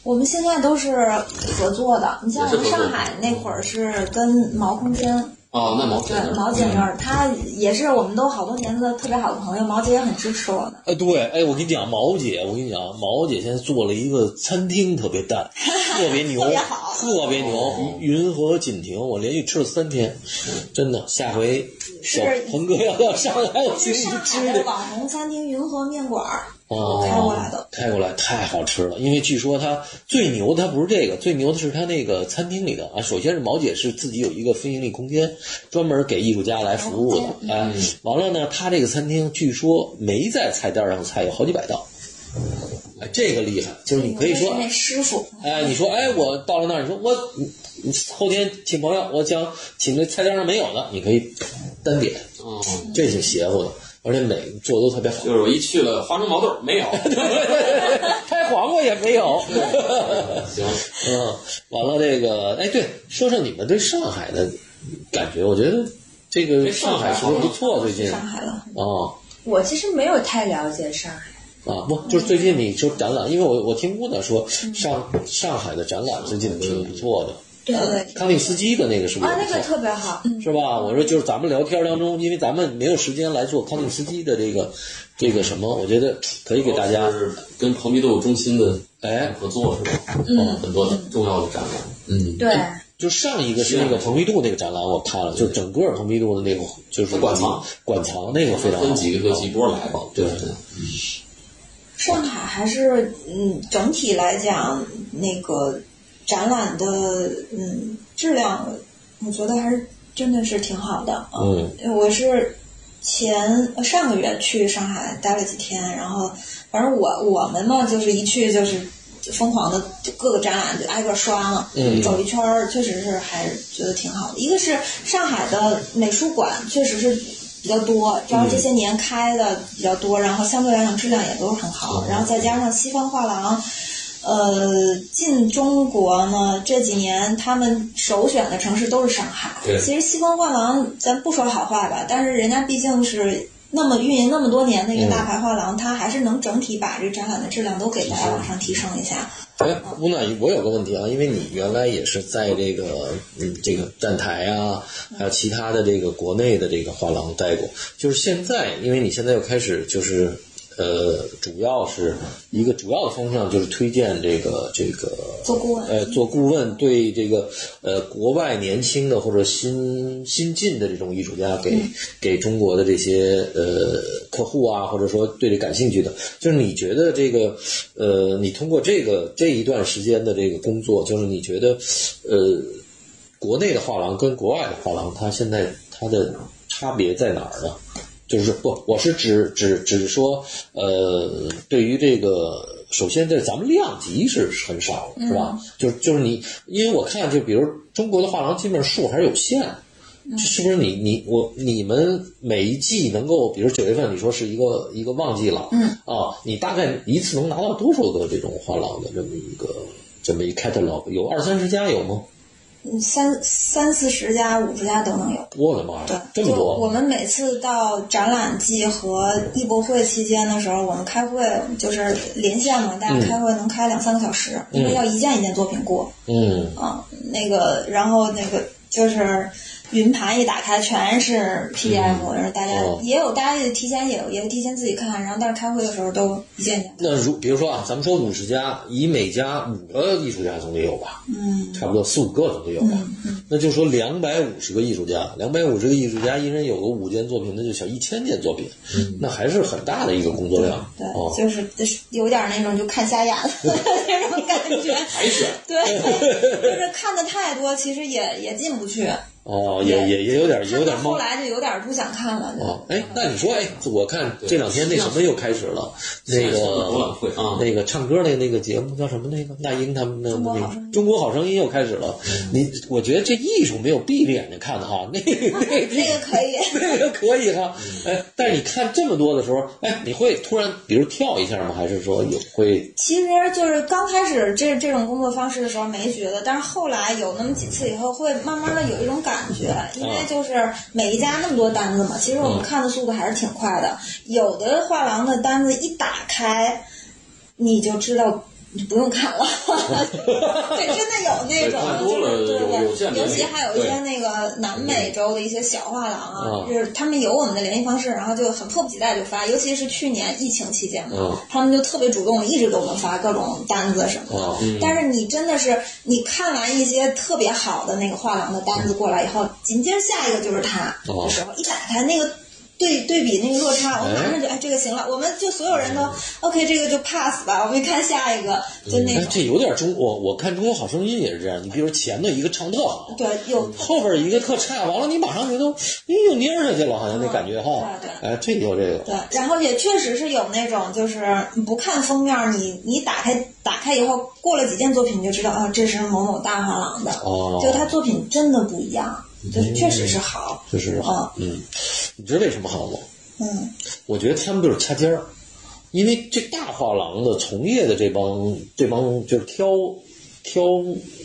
Speaker 4: 我们现在都是合作的，你像我们上海那会儿是跟毛空间，
Speaker 2: 哦，那毛
Speaker 4: 对
Speaker 2: 姐那儿
Speaker 4: 毛姐那儿，她也是我们都好多年的特别好的朋友，毛姐也很支持我们。
Speaker 1: 哎，对，哎，我跟你讲，毛姐，我跟你讲，毛姐现在做了一个餐厅，特别 淡，特别牛，
Speaker 4: 特别好
Speaker 1: 特别牛
Speaker 2: 哦。
Speaker 1: 云云和锦亭，我连续吃了三天，真的。下回小
Speaker 4: 是
Speaker 1: 鹏哥要到上海，我请
Speaker 4: 是
Speaker 1: 你去
Speaker 4: 上
Speaker 1: 吃
Speaker 4: 海
Speaker 1: 去
Speaker 4: 的。网红餐厅云和面馆儿，
Speaker 1: 哦，
Speaker 4: 开过来的，
Speaker 1: 开过来太好吃了。因为据说它最牛，它不是这个，最牛的是它那个餐厅里的啊。首先是毛姐是自己有一个非盈利空间，专门给艺术家来服务的。哎，完了呢，它这个餐厅据说没在菜单上菜有好几百道。哎，这个厉害，就是你可以说
Speaker 4: 我是那师傅，
Speaker 1: 哎，你说，哎，我到了那儿，你说我你你后天请朋友，我想请这菜单上没有的，你可以单点，
Speaker 2: 哦，
Speaker 1: 这挺邪乎的，而且每个做的都特别好
Speaker 2: 就，是我一去了，花生毛豆没有。
Speaker 1: 拍黄瓜也没有。
Speaker 2: 行，
Speaker 1: 嗯，完了这个，哎，对，说说你们对上海的感觉，我觉得这个
Speaker 2: 哎上
Speaker 1: 上
Speaker 2: 海
Speaker 1: 海是不是不错？最近
Speaker 4: 上海了。
Speaker 1: 啊
Speaker 3: 我其实没有太了解上海，
Speaker 1: 啊，不，就是最近你说展览，因为我我听乌娜说上上海的展览最近挺不错的，
Speaker 4: 对对
Speaker 1: 康定斯基的那个是不是
Speaker 3: 啊，
Speaker 1: 也
Speaker 3: 那
Speaker 1: 不错？
Speaker 3: 个特别好，
Speaker 1: 是吧？我说就是咱们聊天当中，因为咱们没有时间来做康定斯基的这个这个什么，我觉得可以给大家
Speaker 2: 是跟蓬皮杜中心的
Speaker 1: 哎，
Speaker 2: 合作是吧？嗯，很多重要的展览。嗯，
Speaker 3: 对，
Speaker 1: 就上一个是那个蓬皮杜那个展览，我看了，就是整个蓬皮杜的那个就是
Speaker 2: 馆藏
Speaker 1: 馆藏那个非常好
Speaker 2: 分几个几波来吧。对，
Speaker 4: 上海还是嗯，整体来讲，那个展览的嗯质量，我觉得还是真的是挺好的。啊
Speaker 1: 嗯，
Speaker 4: 我是前呃上个月去上海待了几天，然后反正我我们嘛，就是一去就是疯狂的各个展览就挨个刷嘛，
Speaker 1: 嗯
Speaker 4: 走一圈儿，确实是还是觉得挺好的。一个是上海的美术馆确实是比较多，然后这些年开的比较多，然后相对来讲质量也都很好，然后再加上西方画廊。呃，进中国呢，这几年他们首选的城市都是上海。
Speaker 2: 对
Speaker 4: 其实西方画廊，咱不说好坏吧，但是人家毕竟是那么运营那么多年的一个大牌画廊，它还是能整体把这展览的质量都给大家往上提升一下。
Speaker 1: 哎，吴娜，我有个问题啊，因为你原来也是在这个嗯这个站台啊，还有其他的这个国内的这个画廊待过，就是现在，因为你现在又开始就是呃，主要是一个主要的方向就是推荐这个这个
Speaker 4: 做顾问
Speaker 1: 呃，做顾问对这个呃国外年轻的或者新新进的这种艺术家给、给中国的这些呃客户啊，或者说对这感兴趣的，就是你觉得这个呃，你通过这个这一段时间的这个工作，就是你觉得呃，国内的画廊跟国外的画廊，它现在它的差别在哪儿呢？就是不，我是指指指说，呃，对于这个，首先这咱们量级是很少，是
Speaker 4: 嗯
Speaker 1: 吧？就是就是你，因为我看就比如中国的画廊基本上数还是有限的，
Speaker 4: 嗯
Speaker 1: 是不是你你我你们每一季能够，比如九月份你说是一个一个旺季了，嗯啊，你大概一次能拿到多少个这种画廊的这么一个这么一 catalog？有二三十家有吗？
Speaker 4: 嗯，三三四十家、五十家都能有。
Speaker 1: 我的妈
Speaker 4: 对
Speaker 1: 呀，，这
Speaker 4: 就
Speaker 1: 么多！
Speaker 4: 我们每次到展览季和艺博会期间的时候，我们开会就是连线嘛，大家开会能开两三个小时，因为要一件一件作品过。
Speaker 1: 嗯，
Speaker 4: 啊，那个，然后那个就是云盘一打开全是 PDF，、然后大家、
Speaker 1: 哦
Speaker 4: 也有，大家也提前也有，也提前自己看，然后但是开会的时候都一件一件。
Speaker 1: 那如比如说啊，咱们说五十家，以每家五个艺术家总得有吧？
Speaker 4: 嗯，
Speaker 1: 差不多四五个总得有吧？那就说两百五十个艺术家，两百五十个艺术家，一人有个五件作品，那就小一千件作品，
Speaker 2: 嗯
Speaker 1: 那还是很大的一个工作量
Speaker 4: 对，
Speaker 1: 哦。
Speaker 4: 就是就是有点那种就看瞎眼的 那种感觉。
Speaker 2: 海选
Speaker 4: 对，就是看的太多，其实也也进不去。
Speaker 1: 哦，也也也有点有点
Speaker 4: 看到
Speaker 1: 懵
Speaker 4: 后。来就有点不想看了。
Speaker 1: 哦，哎，那你说，哎，我看这两天那什么又开始了，那
Speaker 2: 现在是博览
Speaker 1: 个
Speaker 2: 会啊，
Speaker 1: 那个唱歌那那个节目叫什么？那个那英他们的
Speaker 4: 中国
Speaker 1: 那
Speaker 4: 好
Speaker 1: 个
Speaker 4: 声音
Speaker 1: 《中国好声音》又开始了。
Speaker 2: 嗯
Speaker 1: 你我觉得这艺术没有闭着眼睛看的哈， 那个那
Speaker 4: 那个 可以，
Speaker 1: 那个可以哈。哎，但是你看这么多的时候，哎，你会突然比如跳一下吗？还是说有会？
Speaker 4: 其实就是刚开始这这种工作方式的时候没觉得，但是后来有那么几次以后，会慢慢的有一种感觉，因为就是每一家那么多单子嘛，其实我们看的速度还是挺快的。有的画廊的单子一打开，你就知道。你不用看 了，对，真的有那种
Speaker 2: 对看，多了
Speaker 4: 就是
Speaker 2: 有有
Speaker 4: 对对，
Speaker 2: 限
Speaker 4: 尤
Speaker 2: 流量
Speaker 4: 其还有一些
Speaker 2: 对
Speaker 4: 那个南美洲的一些小画廊啊
Speaker 1: 嗯，
Speaker 4: 就是他们有我们的联系方式，然后就很迫不及待就发，尤其是去年疫情期间嘛，啊
Speaker 2: 啊
Speaker 1: 嗯
Speaker 4: 他们就特别主动，一直给我们发各种单子什么的。
Speaker 2: 啊
Speaker 1: 哦
Speaker 4: 但是你真的是，你看完一些特别好的那个画廊的单子过来以后，紧接着下一个就是他
Speaker 1: 哦
Speaker 4: 的时候，一打开那个对对比那个落差，我
Speaker 1: 哎
Speaker 4: 马上就哎这个行了，我们就所有人都
Speaker 1: 嗯
Speaker 4: OK 这个就 pass 吧，我们看下一个，就那
Speaker 1: 哎，
Speaker 4: 种。
Speaker 1: 这有点中我我看《中国好声音》也是这样，你比如前头一个唱特好，
Speaker 4: 对，有
Speaker 1: 后边一个特差，完了你马上觉得，哎呦蔫儿下去了，好像那感觉哈。
Speaker 4: 啊对
Speaker 1: 哎，这有这个。
Speaker 4: 对，然后也确实是有那种，就是不看封面儿，你你打开打开以后，过了几件作品你就知道啊，这是某某大画廊的，
Speaker 1: 哦嗯
Speaker 4: 就他作品真的不一样，就是确实是好，
Speaker 1: 确实好，嗯，你知道为什么好吗？
Speaker 4: 嗯，
Speaker 1: 我觉得他们就是掐尖儿，因为这大画廊的从业的这帮这帮就是挑挑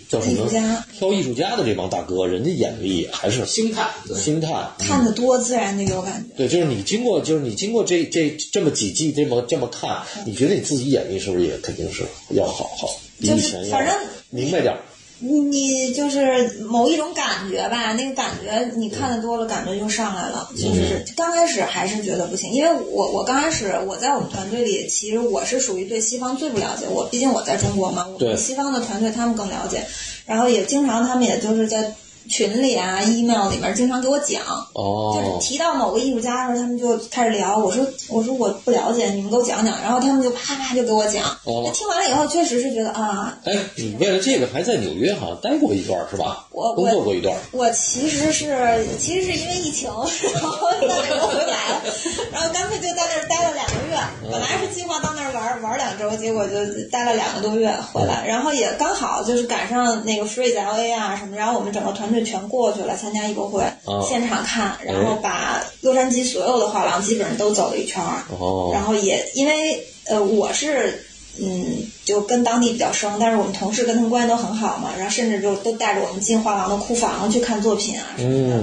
Speaker 1: 叫什
Speaker 4: 艺术
Speaker 1: 么
Speaker 4: 家
Speaker 1: 挑艺术家的这帮大哥，人家眼力还是
Speaker 2: 心态，对
Speaker 1: 心态。
Speaker 4: 看得多自然就有感觉。
Speaker 1: 对，就是你经过，就是你经过这这这么几季，这么这么看，你觉得你自己眼力是不是也肯定是要好好，比
Speaker 4: 就
Speaker 1: 以
Speaker 4: 是
Speaker 1: 前要
Speaker 4: 反正
Speaker 1: 明白点儿。
Speaker 4: 你你就是某一种感觉吧，那个感觉你看的多了，感觉就上来了。
Speaker 1: 嗯
Speaker 4: 就是刚开始还是觉得不行，因为我我刚开始我在我们团队里，其实我是属于对西方最不了解。我毕竟我在中国嘛，我
Speaker 1: 对
Speaker 4: 们西方的团队他们更了解，然后也经常他们也就是在群里啊、email 里面经常给我讲，就是
Speaker 1: 哦，
Speaker 4: 提到某个艺术家的时候，他们就开始聊。我说我说我不了解，你们给我讲讲。然后他们就啪啪就给我讲。
Speaker 1: 哦
Speaker 4: 那听完了以后，确实是觉得啊，
Speaker 1: 哎，你为了这个还在纽约好像待过一段儿是吧？
Speaker 4: 我
Speaker 1: 工作过一段儿。
Speaker 4: 我其实是其实是因为疫情， 然后哪儿都回不来了，然后干脆就在那儿待了两个月。本来是计划到那儿玩玩两周，结果就待了两个多月回来，然后也刚好就是赶上那个 Freeze LA 啊什么，然后我们整个团队全过去了参加艺博会，
Speaker 1: 哦
Speaker 4: 现场看，然后把洛杉矶所有的画廊基本上都走了一圈儿。
Speaker 1: 哦，
Speaker 4: 然后也因为呃我是嗯就跟当地比较熟，但是我们同事跟他们关系都很好嘛，然后甚至就都带着我们进画廊的库房去看作品啊什么的，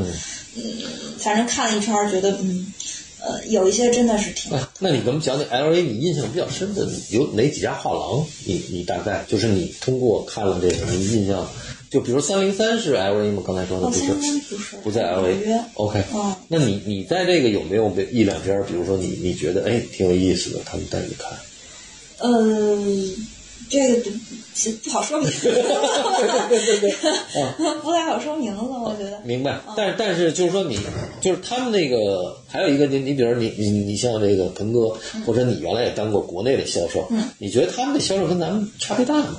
Speaker 1: 嗯，
Speaker 4: 反正看了一圈儿，觉得嗯呃有一些真的是挺呃
Speaker 1: 哎，那你给我们讲讲 L A 你印象比较深的有哪几家画廊？你你大概就是你通过看了这个，你印象就比如三零三是 L A 吗？刚才说的嗯
Speaker 4: 哦，
Speaker 1: 不
Speaker 4: 三
Speaker 1: 是
Speaker 4: 三不是
Speaker 1: 不在 L
Speaker 4: 纽约
Speaker 1: A。OK，
Speaker 4: 嗯
Speaker 1: 那你你在这个有没有一两家，比如说你你觉得哎挺有意思的，他们带你看？
Speaker 4: 嗯，这个不不好说明，不太好说名字，我觉得。
Speaker 1: 明白，
Speaker 4: 嗯
Speaker 1: 但是但是就是说你，就是他们那个还有一个你你比如你你你像这个鹏哥，
Speaker 4: 嗯
Speaker 1: 或者你原来也当过国内的销售，你觉得他们的销售跟咱们差别大吗？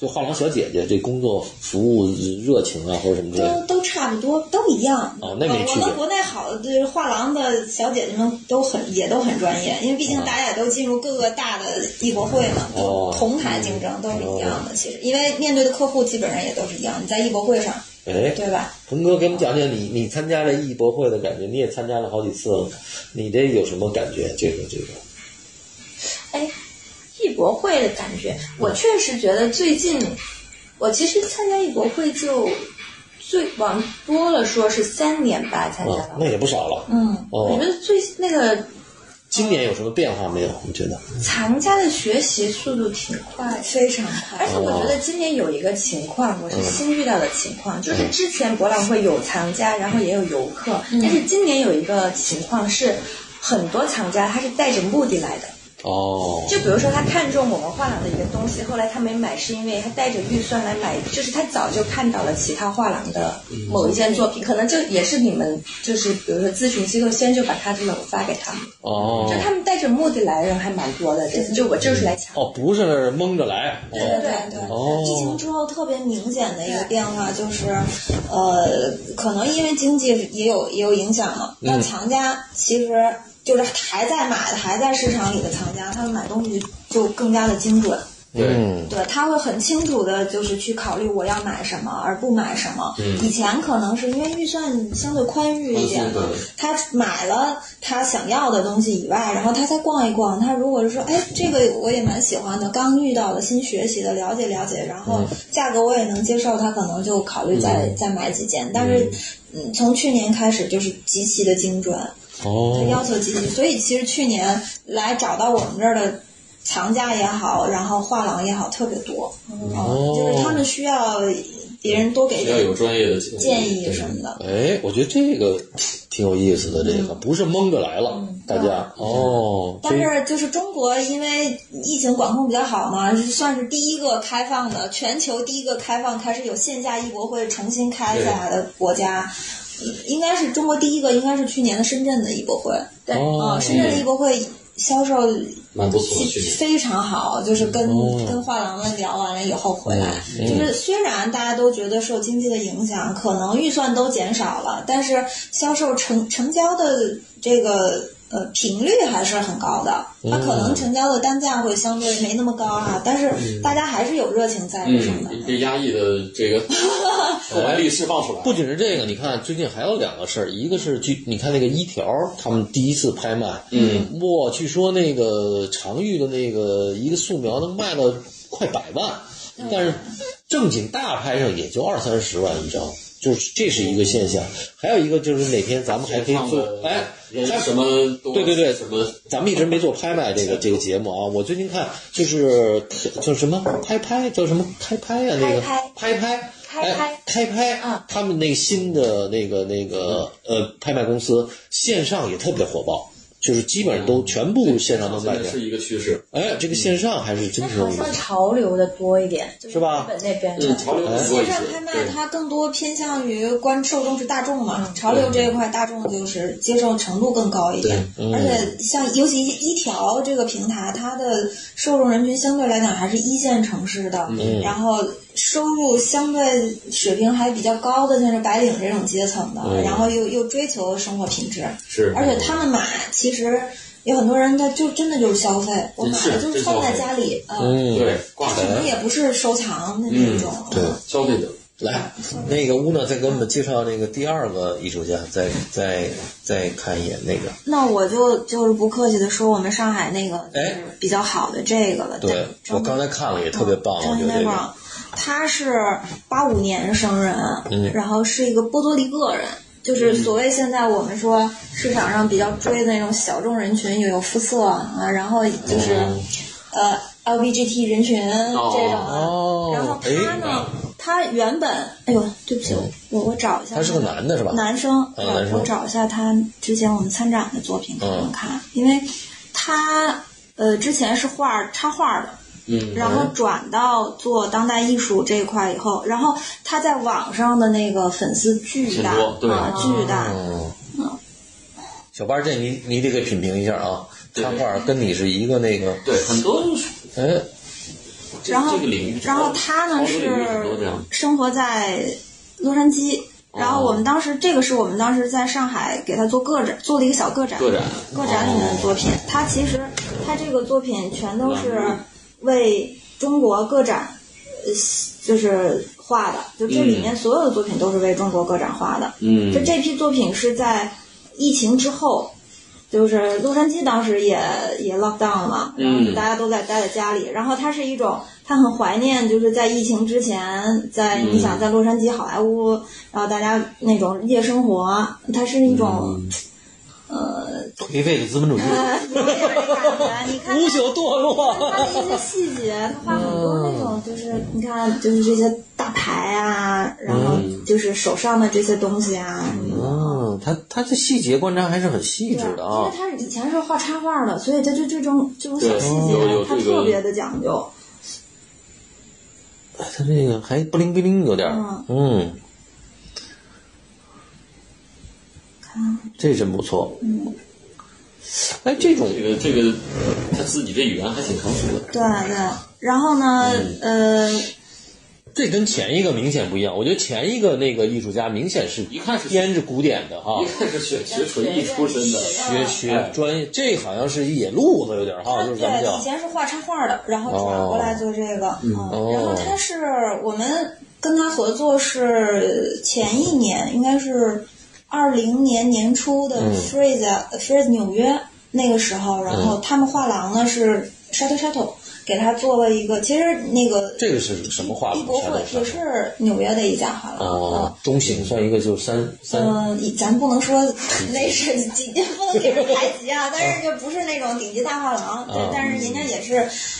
Speaker 1: 就画廊小姐姐这工作服务热情啊，或者什么之类
Speaker 4: 都
Speaker 1: 的，
Speaker 4: 都差不多，都一样。
Speaker 1: 哦那没
Speaker 4: 呃
Speaker 1: 区
Speaker 4: 我
Speaker 1: 别
Speaker 4: 们国内好的就是画廊的小姐姐们都很也都很专业，因为毕竟大家也都进入各个大的艺博会嘛，
Speaker 1: 哦
Speaker 4: 都同台竞争都是一样的。其实，因为面对的客户基本上也都是一样，你在艺博会上，
Speaker 1: 哎，
Speaker 4: 对吧？
Speaker 1: 鹏哥给我们讲讲你你参加了艺博会的感觉，你也参加了好几次了，你这有什么感觉？这个这个，
Speaker 3: 哎，艺博会的感觉，我确实觉得最近，我其实参加艺博会就最往多了说是三年吧，参加
Speaker 1: 啊，
Speaker 3: 了。
Speaker 1: 那也不少了，
Speaker 4: 嗯，
Speaker 3: 我觉
Speaker 1: 哦，
Speaker 3: 得最那个
Speaker 1: 今年有什么变化没有？你觉得？
Speaker 3: 藏家的学习速度挺快的，
Speaker 4: 非常快
Speaker 3: 而。且我觉得今年有一个情况，我是新遇到的情况，就是之前博览会有藏家，然后也有游客，但是今年有一个情况是，很多藏家他是带着目的来的。
Speaker 1: 哦，
Speaker 3: 就比如说，他看中我们画廊的一个东西，后来他没买，是因为他带着预算来买，就是他早就看到了其他画廊的
Speaker 1: 嗯
Speaker 3: 某一件作品，可能就也是你们就是比如说咨询机构先就把他的楼发给他们，
Speaker 1: 哦，
Speaker 3: 就他们带着目的来的人还蛮多的，这次就我就是来抢。
Speaker 1: 哦，不是蒙着来，
Speaker 4: 对
Speaker 1: 哦
Speaker 4: 对对，
Speaker 1: 哦
Speaker 4: 疫情之后特别明显的一个变化就是，呃，可能因为经济也有也有影响嘛。那藏家其实就是还在买的，还在市场里的藏家，他们买东西就更加的精准。
Speaker 2: 对，
Speaker 1: 嗯，
Speaker 4: 对，他会很清楚的，就是去考虑我要买什么，而不买什么。以前可能是因为预算相对宽裕一点嘛
Speaker 2: 宽松对，
Speaker 4: 他买了他想要的东西以外，然后他再逛一逛。他如果是说，哎，这个我也蛮喜欢的，刚遇到的新学习的，了解了解，然后价格我也能接受，他可能就考虑再、再买几件。但是，嗯，从去年开始就是极其的精准，
Speaker 1: 哦，
Speaker 4: 要求积极，所以其实去年来找到我们这儿的藏家也好，然后画廊也好，特别多，嗯，就是他们需要别人多给
Speaker 2: 要有
Speaker 4: 点
Speaker 2: 专业的建
Speaker 4: 建议什么的。
Speaker 1: 哎，我觉得这个挺有意思的，这个不是蒙着来了，大家哦，
Speaker 4: 但是就是中国因为疫情管控比较好嘛，是算是第一个开放的，全球第一个开放开始有线下艺博会重新开起来的国家，应该是中国第一个，应该是去年的深圳的艺博会。
Speaker 3: 对
Speaker 1: 哦
Speaker 4: 啊，深圳的艺博会销售
Speaker 2: 蛮不错的去年。
Speaker 4: 非常好，就是跟、
Speaker 1: 哦
Speaker 4: 跟画廊们聊完了以后回来，
Speaker 1: 嗯
Speaker 4: 就是虽然大家都觉得受经济的影响，可能预算都减少了，但是销售成成交的这个。呃，频率还是很高的，
Speaker 1: 嗯
Speaker 4: 它可能成交的单价会相对没那么高啊，但
Speaker 1: 嗯
Speaker 4: 是大家还是有热情在这上面
Speaker 2: 嗯，
Speaker 4: 的。
Speaker 2: 被压抑的这 个购买力释放出来。
Speaker 1: 不仅是这个，你看最近还有两个事儿，一个是据你看那个一条，他们第一次拍卖，
Speaker 2: 嗯，
Speaker 1: 哇，据说那个常玉的那个一个素描能卖到快百万，但是正经大拍上也就二三十万一张。就是这是一个现象，还有一个就是哪天咱们还可以做，哎，
Speaker 2: 人
Speaker 1: 还
Speaker 2: 什么都
Speaker 1: 对对对
Speaker 2: 什么
Speaker 1: 咱们一直没做拍卖这个这个节目啊。我最近看就是叫什么拍拍叫什么开拍啊，那个拍拍
Speaker 3: 开拍
Speaker 1: 哎开拍
Speaker 3: 啊
Speaker 1: 他们那个新的那个那个呃拍卖公司线上也特别火爆，就是基本上都全部线上能卖
Speaker 2: 现在
Speaker 1: 掉。
Speaker 2: 是一个趋势。
Speaker 1: 哎，这个线上还是真是
Speaker 3: 好像潮流的多一点，就是
Speaker 1: 吧
Speaker 3: 日本那边
Speaker 2: 嗯，
Speaker 3: 的，
Speaker 2: 潮流很
Speaker 4: 线
Speaker 2: 多一些
Speaker 4: 上拍卖
Speaker 2: 对
Speaker 4: 它更多偏向于观受众是大众嘛，潮流这一块大众就是接受程度更高一点，
Speaker 2: 嗯
Speaker 4: 而且像尤其一条这个平台，它的受众人群相对来讲还是一线城市的，
Speaker 2: 嗯
Speaker 4: 然后收入相对水平还比较高的，像是白领这种阶层的，然后又又追求生活品质，
Speaker 2: 嗯是，
Speaker 4: 而且他们买其实。有很多人他就真的就是消费，我买了
Speaker 2: 嗯是
Speaker 4: 就是
Speaker 2: 真
Speaker 4: 放在
Speaker 2: 消费
Speaker 4: 家里，
Speaker 1: 嗯，
Speaker 4: 嗯，
Speaker 2: 对挂
Speaker 4: 可能
Speaker 2: 牌，
Speaker 4: 也不是收藏的
Speaker 2: 嗯
Speaker 4: 那种，
Speaker 1: 对
Speaker 2: 消费者。
Speaker 1: 来，那个乌娜再给我们介绍那个第二个艺术家，再再再看一眼那个，
Speaker 4: 那我就就是不客气的说，我们上海那个就
Speaker 1: 哎
Speaker 4: 是比较好的这个了。
Speaker 1: 对
Speaker 4: 张
Speaker 1: 我刚才看了也特别棒，我
Speaker 4: 张
Speaker 1: 觉
Speaker 4: 一
Speaker 1: 得这
Speaker 4: 那
Speaker 1: 个，
Speaker 4: 个，他是八五年生人，
Speaker 1: 嗯
Speaker 4: 然后是一个波多黎各人，就是所谓现在我们说市场上比较追的那种小众人群，又有肤色啊，然后就是、
Speaker 1: 哦
Speaker 4: 呃 LBGT 人群这种啊。
Speaker 1: 哦
Speaker 4: 然后他呢，他原本，哎呦，对不起，我我找一
Speaker 1: 嗯
Speaker 4: 下。
Speaker 1: 他是个男的是吧？
Speaker 4: 嗯男
Speaker 2: 啊
Speaker 4: 生，
Speaker 1: 嗯
Speaker 4: 我
Speaker 1: 男生
Speaker 4: 我找一下他之前我们参展的作品
Speaker 2: 嗯
Speaker 4: 给你们看，因为他呃之前是画插画的，
Speaker 2: 嗯，
Speaker 4: 然后转到做当代艺术这一块以后，然后他在网上的那个粉丝巨大
Speaker 2: 挺多对嗯
Speaker 4: 啊，巨大。
Speaker 1: 哦，小八，这你你得给品评一下啊，
Speaker 2: 对
Speaker 1: 插画跟你是一个那个，
Speaker 2: 对，很多
Speaker 1: 哎，
Speaker 2: 这
Speaker 4: 然后
Speaker 2: 这个领域，
Speaker 4: 然后他呢
Speaker 2: 潮流领域很多这
Speaker 4: 是
Speaker 2: 样。哦
Speaker 4: 生活在洛杉矶，然后我们当时这个是我们当时在上海给他做个展，做了一个小个展，
Speaker 2: 个展
Speaker 4: 个展里面的作品。他其实他这个作品全都是为中国个展，呃，就是画的，就这里面所有的作品都是为中国个展画的。
Speaker 2: 嗯
Speaker 4: 就这批作品是在疫情之后。就是洛杉矶当时也也 lock down 了，然后
Speaker 2: 嗯
Speaker 4: 大家都在待在家里，然后它是一种，他很怀念，就是在疫情之前，在
Speaker 2: 嗯
Speaker 4: 你想在洛杉矶好莱坞，然后大家那种夜生活，它是一
Speaker 2: 嗯
Speaker 4: 种，呃，
Speaker 1: 颓废的资本主义，
Speaker 4: 有点感觉，你看
Speaker 1: 腐朽堕落，
Speaker 4: 他的一些细节，他画很多那
Speaker 2: 嗯
Speaker 4: 种，就是你看，就是这些大牌啊，然后
Speaker 2: 嗯
Speaker 4: 就是手上的这些东西啊，
Speaker 1: 嗯，他他这细节观察还是很细致的
Speaker 4: 因为
Speaker 1: 啊，
Speaker 4: 他以前是画插画的，所以他对这种这种小细节
Speaker 2: 对有有，
Speaker 4: 他
Speaker 2: 这个
Speaker 4: 特别的讲究。
Speaker 1: 哎他这个还不灵不灵有点儿，嗯，这真不错，哎，这种
Speaker 2: 这个这个他自己这语言还挺成熟的。
Speaker 4: 对对，然后呢，
Speaker 2: 嗯
Speaker 4: 呃，
Speaker 1: 这跟前一个明显不一样，我觉得前一个那个艺术家明显是
Speaker 2: 一看是
Speaker 1: 偏着古典的哈
Speaker 2: 一。看是学学纯艺出身的，
Speaker 1: 学
Speaker 4: 嗯
Speaker 1: 学专业，这好像是野路子有点儿哈，哦就是咱们
Speaker 4: 啊
Speaker 1: 哦
Speaker 4: 对，
Speaker 1: 讲，
Speaker 4: 以前是画插画的，然后转过来做这个。嗯，
Speaker 1: 哦
Speaker 4: 然后他是我们跟他合作是前一年，应该是二零年年初的
Speaker 1: 嗯
Speaker 4: Freeze、Freeze 纽约那个时候，然
Speaker 1: 嗯
Speaker 4: 后他们画廊呢是 Shadow Shadow 给他做了一个，其实那个
Speaker 1: 这个是什么画
Speaker 4: 艺
Speaker 1: 廊？
Speaker 4: 博
Speaker 1: 啥
Speaker 4: 会
Speaker 1: 都
Speaker 4: 也是纽约的一家画廊。
Speaker 1: 哦，中型算一个就三三，
Speaker 4: 嗯，以咱不能说 那是几，不能给人排挤啊，但是就不是那种顶级大画廊，对但是人家也是，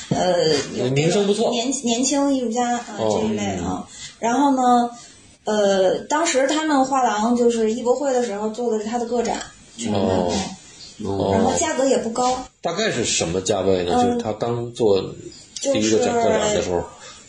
Speaker 4: 呃，有
Speaker 1: 名声不错
Speaker 4: 年年轻艺术家啊、
Speaker 1: 哦
Speaker 4: 这一类啊。然后呢，呃，当时他们画廊就是艺博会的时候做的是他的个展，全是
Speaker 1: 哦
Speaker 2: 哦
Speaker 4: 然后
Speaker 1: 哦，
Speaker 4: 价格也不高，
Speaker 1: 大概是什么价位呢？就是他刚做
Speaker 4: 嗯就
Speaker 1: 第一
Speaker 4: 是
Speaker 1: 个展个展的时候，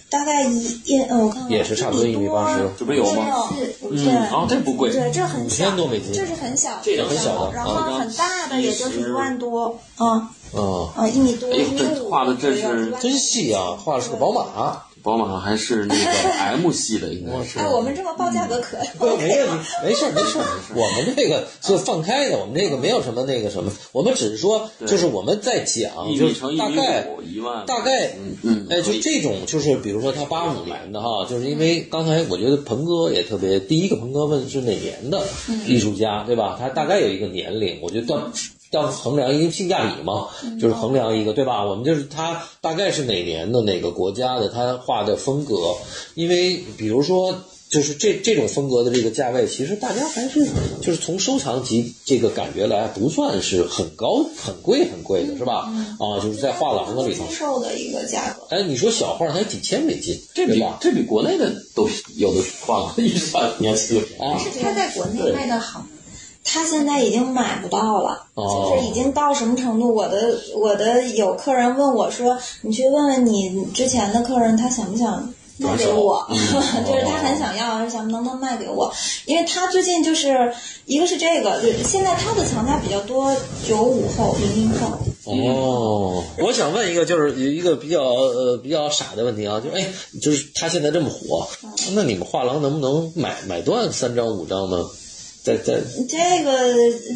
Speaker 4: 大概一一呃，我看看
Speaker 5: 也是差不多
Speaker 4: 一
Speaker 5: 一米八十
Speaker 4: 这
Speaker 5: 这
Speaker 4: 不
Speaker 5: 不
Speaker 4: 有
Speaker 5: 有
Speaker 4: 吗
Speaker 5: 吗？
Speaker 4: 五
Speaker 5: 嗯
Speaker 4: 件，
Speaker 5: 啊，这不贵，
Speaker 4: 对，这很小，
Speaker 1: 5000多美金
Speaker 4: 这是很小的，
Speaker 2: 这个很小
Speaker 1: 的
Speaker 4: 然后
Speaker 2: 啊刚
Speaker 4: 很大的也就是
Speaker 2: 70
Speaker 4: 一万多，啊
Speaker 1: 啊，
Speaker 4: 啊，一米多，
Speaker 5: 哎
Speaker 4: 一
Speaker 5: 呦
Speaker 4: 米
Speaker 5: 这
Speaker 4: 五
Speaker 5: 画的真
Speaker 4: 左右
Speaker 5: 是
Speaker 4: 一万
Speaker 1: 真细啊，画的是个宝
Speaker 4: 嗯
Speaker 1: 马。啊
Speaker 5: 宝马还是那个 M 系的，应该
Speaker 1: 我
Speaker 5: 是。
Speaker 4: 哎，我们这么报价格可
Speaker 1: 不，没问题，没事儿，没事儿。我们这个是放开的，我们这个没有什么那个什么，我们只是说，
Speaker 5: 对
Speaker 1: 就是我们在讲，
Speaker 5: 一
Speaker 1: 就
Speaker 5: 米
Speaker 1: 是
Speaker 5: 乘一
Speaker 1: 大
Speaker 5: 米
Speaker 1: 概
Speaker 5: 五，一万，
Speaker 1: 大概，
Speaker 5: 嗯
Speaker 1: 哎，
Speaker 5: 可
Speaker 1: 就
Speaker 5: 以
Speaker 1: 这种，就是比如说他八五年的哈，就是因为刚才我觉得鹏哥也特别，第一个鹏哥问是哪年的艺术家，对吧？他大概有一个年龄，我觉得当当衡量一个性价比嘛，就是衡量一个，对吧？我们就是他大概是哪年的哪个国家的，他画的风格，因为比如说。就是这这种风格的这个价位，其实大家还是就是从收藏级这个感觉来，不算是很高、很贵、很贵的，是吧？啊，就是在画廊子里头
Speaker 4: 接，受的一个价格，
Speaker 1: 哎，你说小画才几千美金，
Speaker 5: 这
Speaker 1: 对
Speaker 5: 比
Speaker 1: 吧？嗯
Speaker 5: 这比国内的都有的画了，一万年是
Speaker 1: 啊，
Speaker 3: 是它在国内卖的好，
Speaker 4: 他现在已经买不到了，
Speaker 1: 哦
Speaker 4: 就是已经到什么程度？我的我的有客人问我说，你去问问你之前的客人，他想不想卖给我？
Speaker 1: 嗯
Speaker 4: 就是他很想要，还是想能不能卖给我？因为他最近就是一个是这个，就是现在他的藏家比较多，九五后、零零后，
Speaker 1: 哦，我想问一个，就是有一个比较呃比较傻的问题啊，就是哎，就是他现在这么火，
Speaker 4: 嗯
Speaker 1: 那你们画廊能不能买买断三张五张呢？在在
Speaker 4: 这个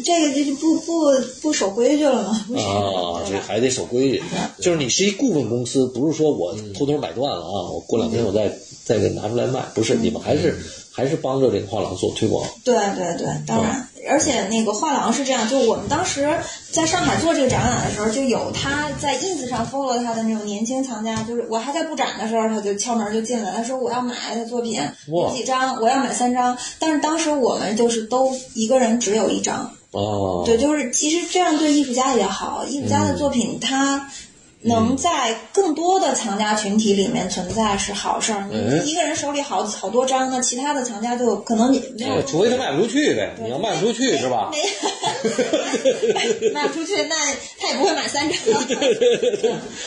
Speaker 4: 这个就是不不不守规矩了嘛，不是？
Speaker 1: 啊，
Speaker 4: 对
Speaker 1: 这
Speaker 4: 吧嗯
Speaker 1: 还得守规矩，就是你是一顾问公司，不是说我偷偷买断了啊，我过两天我再再给拿出来卖，不是，你们还是还是帮着这个画廊做推广。
Speaker 4: 对对对，当
Speaker 1: 哦
Speaker 4: 然，而且那个画廊是这样，就我们当时在上海做这个展览的时候，就有他在 ins 上 follow 他的那种年轻藏家，就是我还在布展的时候，他就敲门就进来，他说我要买他的作品有几张，我要买三张，但是当时我们就是都一个人只有一张，
Speaker 1: 哦，嗯
Speaker 4: 对，就是其实这样对艺术家也好，艺术家的作品他。能在更多的藏家群体里面存在是好事儿。
Speaker 1: 哎
Speaker 4: 你一个人手里好好多张呢，其他的藏家就可能你没有那
Speaker 1: 对
Speaker 4: 么
Speaker 1: 哎除非他卖不出去呗，你要卖不出去是吧？
Speaker 4: 没卖出去， 那他也不会买三张。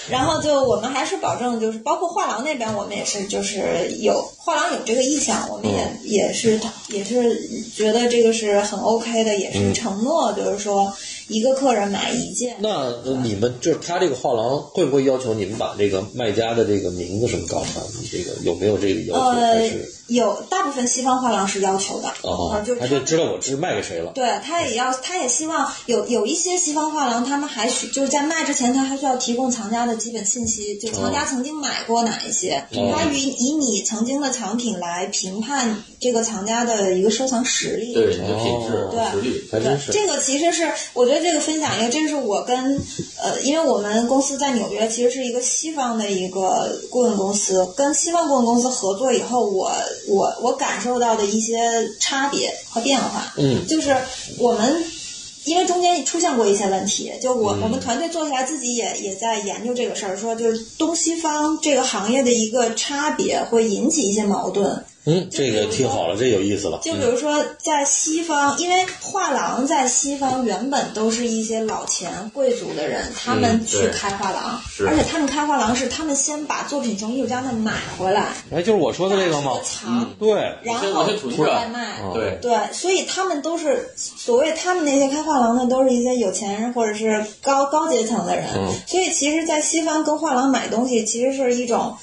Speaker 4: 然后就我们还是保证，就是包括画廊那边，我们也是就是有画廊有这个意向，我们也、也是也是觉得这个是很 OK 的，也是承诺，就是说一个客人买一件。
Speaker 1: 那呃你们就是他这个画廊会不会要求你们把这个卖家的这个名字什么告诉他们？这个有没有这个要求？还
Speaker 4: 呃
Speaker 1: 是，
Speaker 4: 有大部分西方画廊是要求的，
Speaker 1: 哦
Speaker 4: 啊，就是
Speaker 1: 他
Speaker 4: 他
Speaker 1: 就知道我是卖给谁了。
Speaker 4: 对他也要，他也希望有有一些西方画廊，他们还需就是在卖之前，他还需要提供藏家的基本信息，就藏家曾经买过哪一些，
Speaker 1: 哦
Speaker 4: 他以以你曾经的藏品来评判这个藏家的一个收藏实力。
Speaker 2: 对人的品质、
Speaker 4: 对
Speaker 2: 实力，
Speaker 1: 还
Speaker 4: 对
Speaker 1: 真，是
Speaker 4: 这个其实是我觉得这个分享一个，这是我跟呃，因为我们公司在纽约其实是一个西方的一个顾问公司，跟西方顾问公司合作以后，我我我感受到的一些差别和变化，
Speaker 1: 嗯，
Speaker 4: 就是我们。因为中间出现过一些问题，就我、
Speaker 1: 嗯
Speaker 4: 我们团队做起来自己也也在研究这个事儿，说就是东西方这个行业的一个差别会引起一些矛盾，
Speaker 1: 嗯，这个听好了，这有意思了。
Speaker 4: 就比如说，在西方，因为画廊在西方原本都是一些老钱贵族的人，他
Speaker 1: 嗯
Speaker 4: 们去
Speaker 2: 对
Speaker 4: 开画廊，
Speaker 2: 是
Speaker 4: 而且他们开画廊是他们先把作品从艺术家那买回来，
Speaker 1: 哎，就是我说的这个
Speaker 4: 大
Speaker 1: 吗
Speaker 4: 致地？藏，
Speaker 1: 对，
Speaker 4: 然
Speaker 2: 我先
Speaker 4: 后
Speaker 2: 我先囤着
Speaker 4: 再卖。
Speaker 1: 哦
Speaker 2: 对
Speaker 4: 对，所以他们都是所谓他们那些开画廊的，都是一些有钱人或者是高高阶层的人。
Speaker 1: 嗯
Speaker 4: 所以其实，在西方跟画廊买东西，其实是一种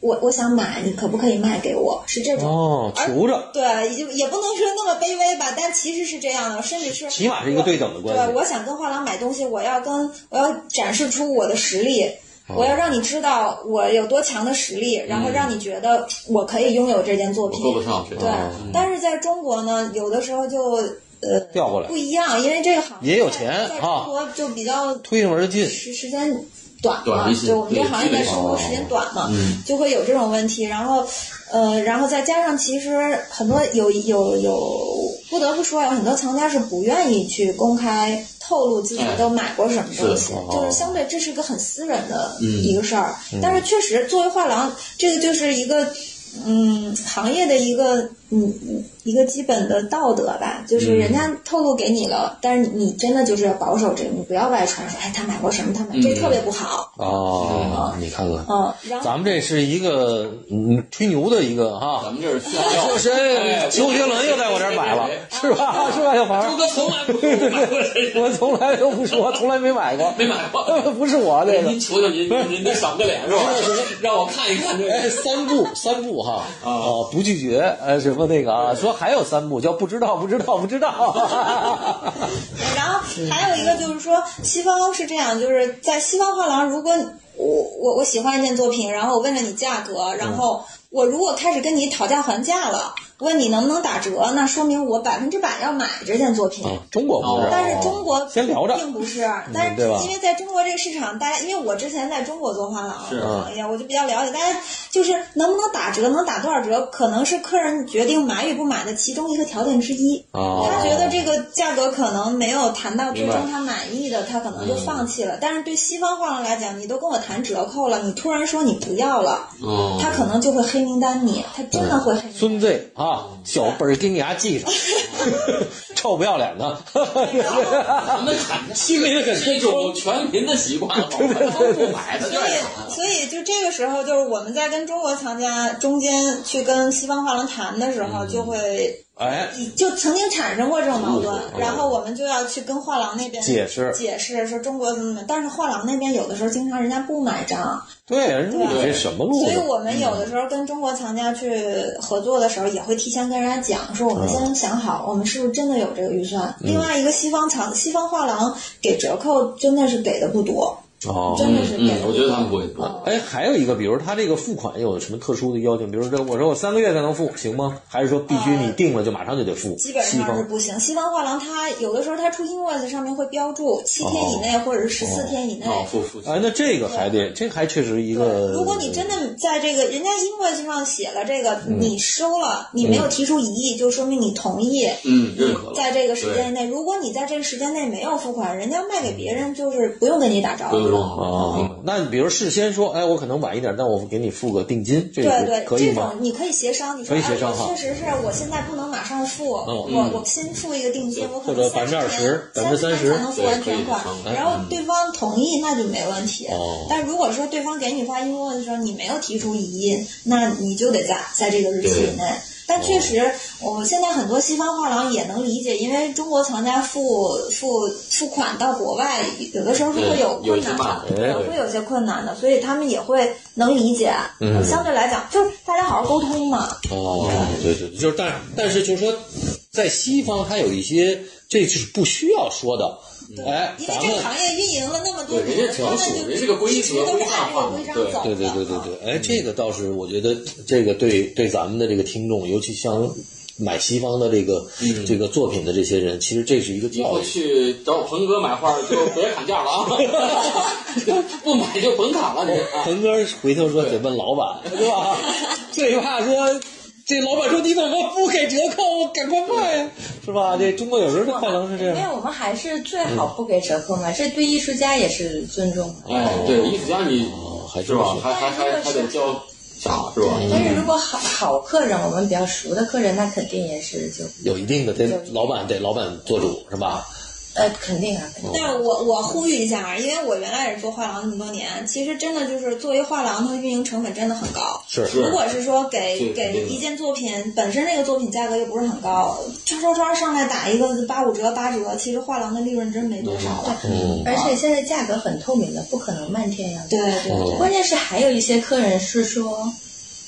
Speaker 4: 我我想买，你可不可以卖给我？是这种。
Speaker 1: 哦，求着，
Speaker 4: 对，也也不能说那么卑微吧，但其实是这样的，甚至是
Speaker 1: 起码是一个对等的关系
Speaker 4: 对，我想跟画廊买东西，我要跟我要展示出我的实力。
Speaker 1: 哦
Speaker 4: 我要让你知道我有多强的实力，然后让
Speaker 1: 嗯
Speaker 4: 你觉得我可以拥有这件作
Speaker 2: 我
Speaker 4: 品。
Speaker 2: 够得上谁？啊
Speaker 4: 对，
Speaker 1: 啊嗯
Speaker 4: 但是在中国呢，有的时候就呃
Speaker 1: 调过来
Speaker 4: 不一样，因为这个行业
Speaker 1: 也有钱
Speaker 4: 在在中国就比较
Speaker 1: 推上而进。
Speaker 4: 时时间短嘛
Speaker 2: 短一，些
Speaker 4: 就我们这
Speaker 2: 对哦
Speaker 4: 行业
Speaker 2: 积累
Speaker 4: 在生活
Speaker 2: 好
Speaker 4: 时间短嘛，
Speaker 2: 嗯
Speaker 4: 就会有这种问题。然后，呃，然后再加上其实很多有有有，不得不说有很多藏家是不愿意去公开透露自己
Speaker 2: 哎
Speaker 4: 都买过什么东
Speaker 2: 是
Speaker 4: 西，
Speaker 2: 哦的
Speaker 4: 就是相对这是一个很
Speaker 2: 嗯
Speaker 4: 私人的一个事儿。但是确实作为画廊，这个就是一个嗯。嗯行业的一个嗯嗯一个基本的道德吧，就是人家透露给你了，但是你你真的就是要保守这个，你不要外传说，哎，他买过什么，他买这特别不好。
Speaker 1: 哦，你看看，
Speaker 4: 嗯，然后
Speaker 1: 咱们这是一个嗯吹牛的一个哈，
Speaker 2: 咱们这是炫
Speaker 4: 嗯
Speaker 2: 耀。
Speaker 1: 就是哎周杰伦又在我这儿买了，是
Speaker 4: 嗯
Speaker 1: 吧？是吧，小凡
Speaker 2: 周哥从来不跟我买过这 个，
Speaker 1: 我从来都不说，从来没买过，
Speaker 2: 没买过。
Speaker 1: 不是我这个
Speaker 2: 您。求求您，您您赏个脸是吧？让我看一看这
Speaker 1: 哎，
Speaker 2: 个。
Speaker 1: 三步，三步哈，
Speaker 2: 啊
Speaker 1: 啊，不拒绝，呃，什么那个啊，说还有三步叫不知道，不知道，啊不知道，
Speaker 4: 然后还有一个就是说，西方是这样，就是在西方画廊，如果我我我喜欢一件作品，然后我问了你价格，然后我如果开始跟你讨价还价了，问你能不能打折，那说明我百分之百要买这件作品。
Speaker 1: 啊，中国不是，
Speaker 4: 哦但是中国
Speaker 1: 哦先聊着嗯
Speaker 4: 并不是，但是
Speaker 1: 对吧
Speaker 4: 因为在中国这个市场，大家因为我之前在中国做画廊
Speaker 2: 是
Speaker 4: 行哎业，我就比较了解，大家就是能不能打折，能打多少折，可能是客人决定买与不买的其中一个条件之一。
Speaker 1: 哦
Speaker 4: 他觉得这个价格可能没有谈到最终他满意的，他可能就放弃
Speaker 1: 嗯
Speaker 4: 了。但是对西方画廊来讲，你都跟我谈折扣了，你突然说你不要了，
Speaker 1: 哦
Speaker 2: 嗯
Speaker 4: 他可能就会黑名单你，他真的会黑名单。
Speaker 1: 孙子啊，小本儿给你丫记上，臭不要脸的，
Speaker 2: 咱们喊心 里很这种全民的习惯了，都不买的就
Speaker 4: 所
Speaker 2: 爱
Speaker 4: 以，所以就这个时候，就是我们在跟中国藏家中间去跟西方画廊谈的时
Speaker 1: 嗯
Speaker 4: 候，就会
Speaker 1: 哎，
Speaker 4: 就曾经产生过这种矛盾，然后我们就要去跟画廊那边
Speaker 1: 嗯解释
Speaker 4: 解释说中国怎么怎么，但是画廊那边有的时候经常人家不买账，
Speaker 1: 对，人说你这什么路
Speaker 4: 所以
Speaker 1: 子？
Speaker 4: 我们有的时候跟中国藏家去合作的时候，也会提前跟人家讲说，我
Speaker 1: 嗯
Speaker 4: 们先想好，我们是不是真的有这个预算。另外一个西方藏西方画廊给折扣真的是给的不多，
Speaker 1: 哦，
Speaker 4: 真的是给
Speaker 2: 嗯
Speaker 4: 的
Speaker 2: 嗯，
Speaker 4: 不
Speaker 2: 我
Speaker 4: 多。
Speaker 2: 觉得他们不会多。
Speaker 1: 哎，还有一个，比如他这个付款有什么特殊的要求？比如说，我说我三个月才能付，行吗？还是说必须你定了就马上就得付？
Speaker 4: 呃基本
Speaker 1: 西
Speaker 4: 上是
Speaker 1: 方
Speaker 4: 不行。西方画廊它有的时候它出 invoice 上面会标注七天以内或者是十四天以内。
Speaker 2: 啊，付付
Speaker 1: 哎，那这个还得，这还确实一个。
Speaker 4: 如果你真的在这个人家 invoice 上写了这个，你收了，你没有提出异议，就说明你同意
Speaker 2: 嗯认可了，
Speaker 4: 在这个时间内。如果你在这个时间内没有付款，人家卖给别人就是不用跟你打招
Speaker 2: 不
Speaker 4: 呼
Speaker 2: 用
Speaker 4: 了。
Speaker 2: 装
Speaker 1: 哦
Speaker 2: 啊，，
Speaker 1: 那你比如事先说，哎，我可能晚一点，但我给你付个定金，这
Speaker 4: 对
Speaker 1: 个
Speaker 4: 对，
Speaker 1: 可以
Speaker 4: 这
Speaker 1: 吗
Speaker 4: 种？你可以协商，你说
Speaker 1: 可以协商
Speaker 4: 哎，
Speaker 1: 哈
Speaker 4: 我确实是我现在不能马上付，
Speaker 1: 嗯
Speaker 4: 我我先付一个定金，我可
Speaker 1: 或者
Speaker 4: 能三
Speaker 1: 20%
Speaker 4: 三
Speaker 1: 30%
Speaker 4: 天才能付完全款
Speaker 2: 对可
Speaker 1: 嗯
Speaker 2: 以，
Speaker 4: 然后对方同意那就没问题
Speaker 1: 哦。
Speaker 4: 但如果说对方给你发 invoice 的时候你没有提出异议，那你就得在在这个日期以内。但
Speaker 1: 哦
Speaker 4: 确实，我现在很多西方画廊也能理解，因为中国藏家付付付款到国外，有的时候是会有
Speaker 2: 对有
Speaker 4: 困
Speaker 2: 一些
Speaker 4: 难
Speaker 2: 慢
Speaker 4: 的，
Speaker 1: 活
Speaker 4: 对
Speaker 1: 对
Speaker 4: 会有些困难的，所以他们也会能理解。嗯，相对来讲，就是大家好好沟通嘛。
Speaker 1: 哦，对对，对就是但但是就是说，在西方它有一些这是不需要说的，哎，
Speaker 4: 因为
Speaker 1: 咱
Speaker 4: 这
Speaker 1: 们
Speaker 4: 个行业运营了那么多
Speaker 2: 对
Speaker 4: 年，
Speaker 2: 人家成熟
Speaker 4: 他们就
Speaker 2: 人家这个规则
Speaker 4: 一直都是按这个规章走
Speaker 2: 规范
Speaker 4: 的。
Speaker 2: 化
Speaker 1: 对对对对对，哎，这个倒是我觉得这个对对咱们的这个听众，尤其像买西方的这个、
Speaker 4: 嗯
Speaker 1: 这个作品的这些人，其实这是一个
Speaker 2: 以
Speaker 1: 教
Speaker 2: 后
Speaker 1: 育。
Speaker 2: 去找我鹏哥买画就别砍价了 啊，不买就甭砍了你啊。
Speaker 1: 鹏哥回头说得问老 板，对吧？最怕说这老板说你怎么不给折扣，我赶快卖呀，是吧？这中国有时候这画廊是这
Speaker 3: 因为
Speaker 1: 样。
Speaker 3: 我们还是最好不给折扣嘛，这对艺术家也是尊重的。
Speaker 2: 哎，对，艺术家你
Speaker 1: 哦还
Speaker 2: 是
Speaker 1: 真
Speaker 2: 吧？
Speaker 1: 是嗯
Speaker 2: 还还还还得交价是吧？
Speaker 3: 但是如果好好客人，我们比较熟的客人，那肯定也是就
Speaker 1: 有一定的，得老板得老板做主是吧？
Speaker 3: 呃肯定啊，肯定。
Speaker 4: 但是我我呼吁一下啊，因为我原来也是做画廊那么多年，其实真的就是作为画廊，它的运营成本真的很高。
Speaker 1: 是
Speaker 4: 如果是说给
Speaker 2: 是肯定
Speaker 4: 给
Speaker 2: 的
Speaker 4: 一件作品本身这个作品价格又不是很高，唰唰唰上来打一个八五折八折，其实画廊的利润真没多少了。
Speaker 1: 嗯，
Speaker 3: 而且现在价格很透明的，不可能漫天要价。
Speaker 4: 对对对，
Speaker 3: 关键是还有一些客人是说，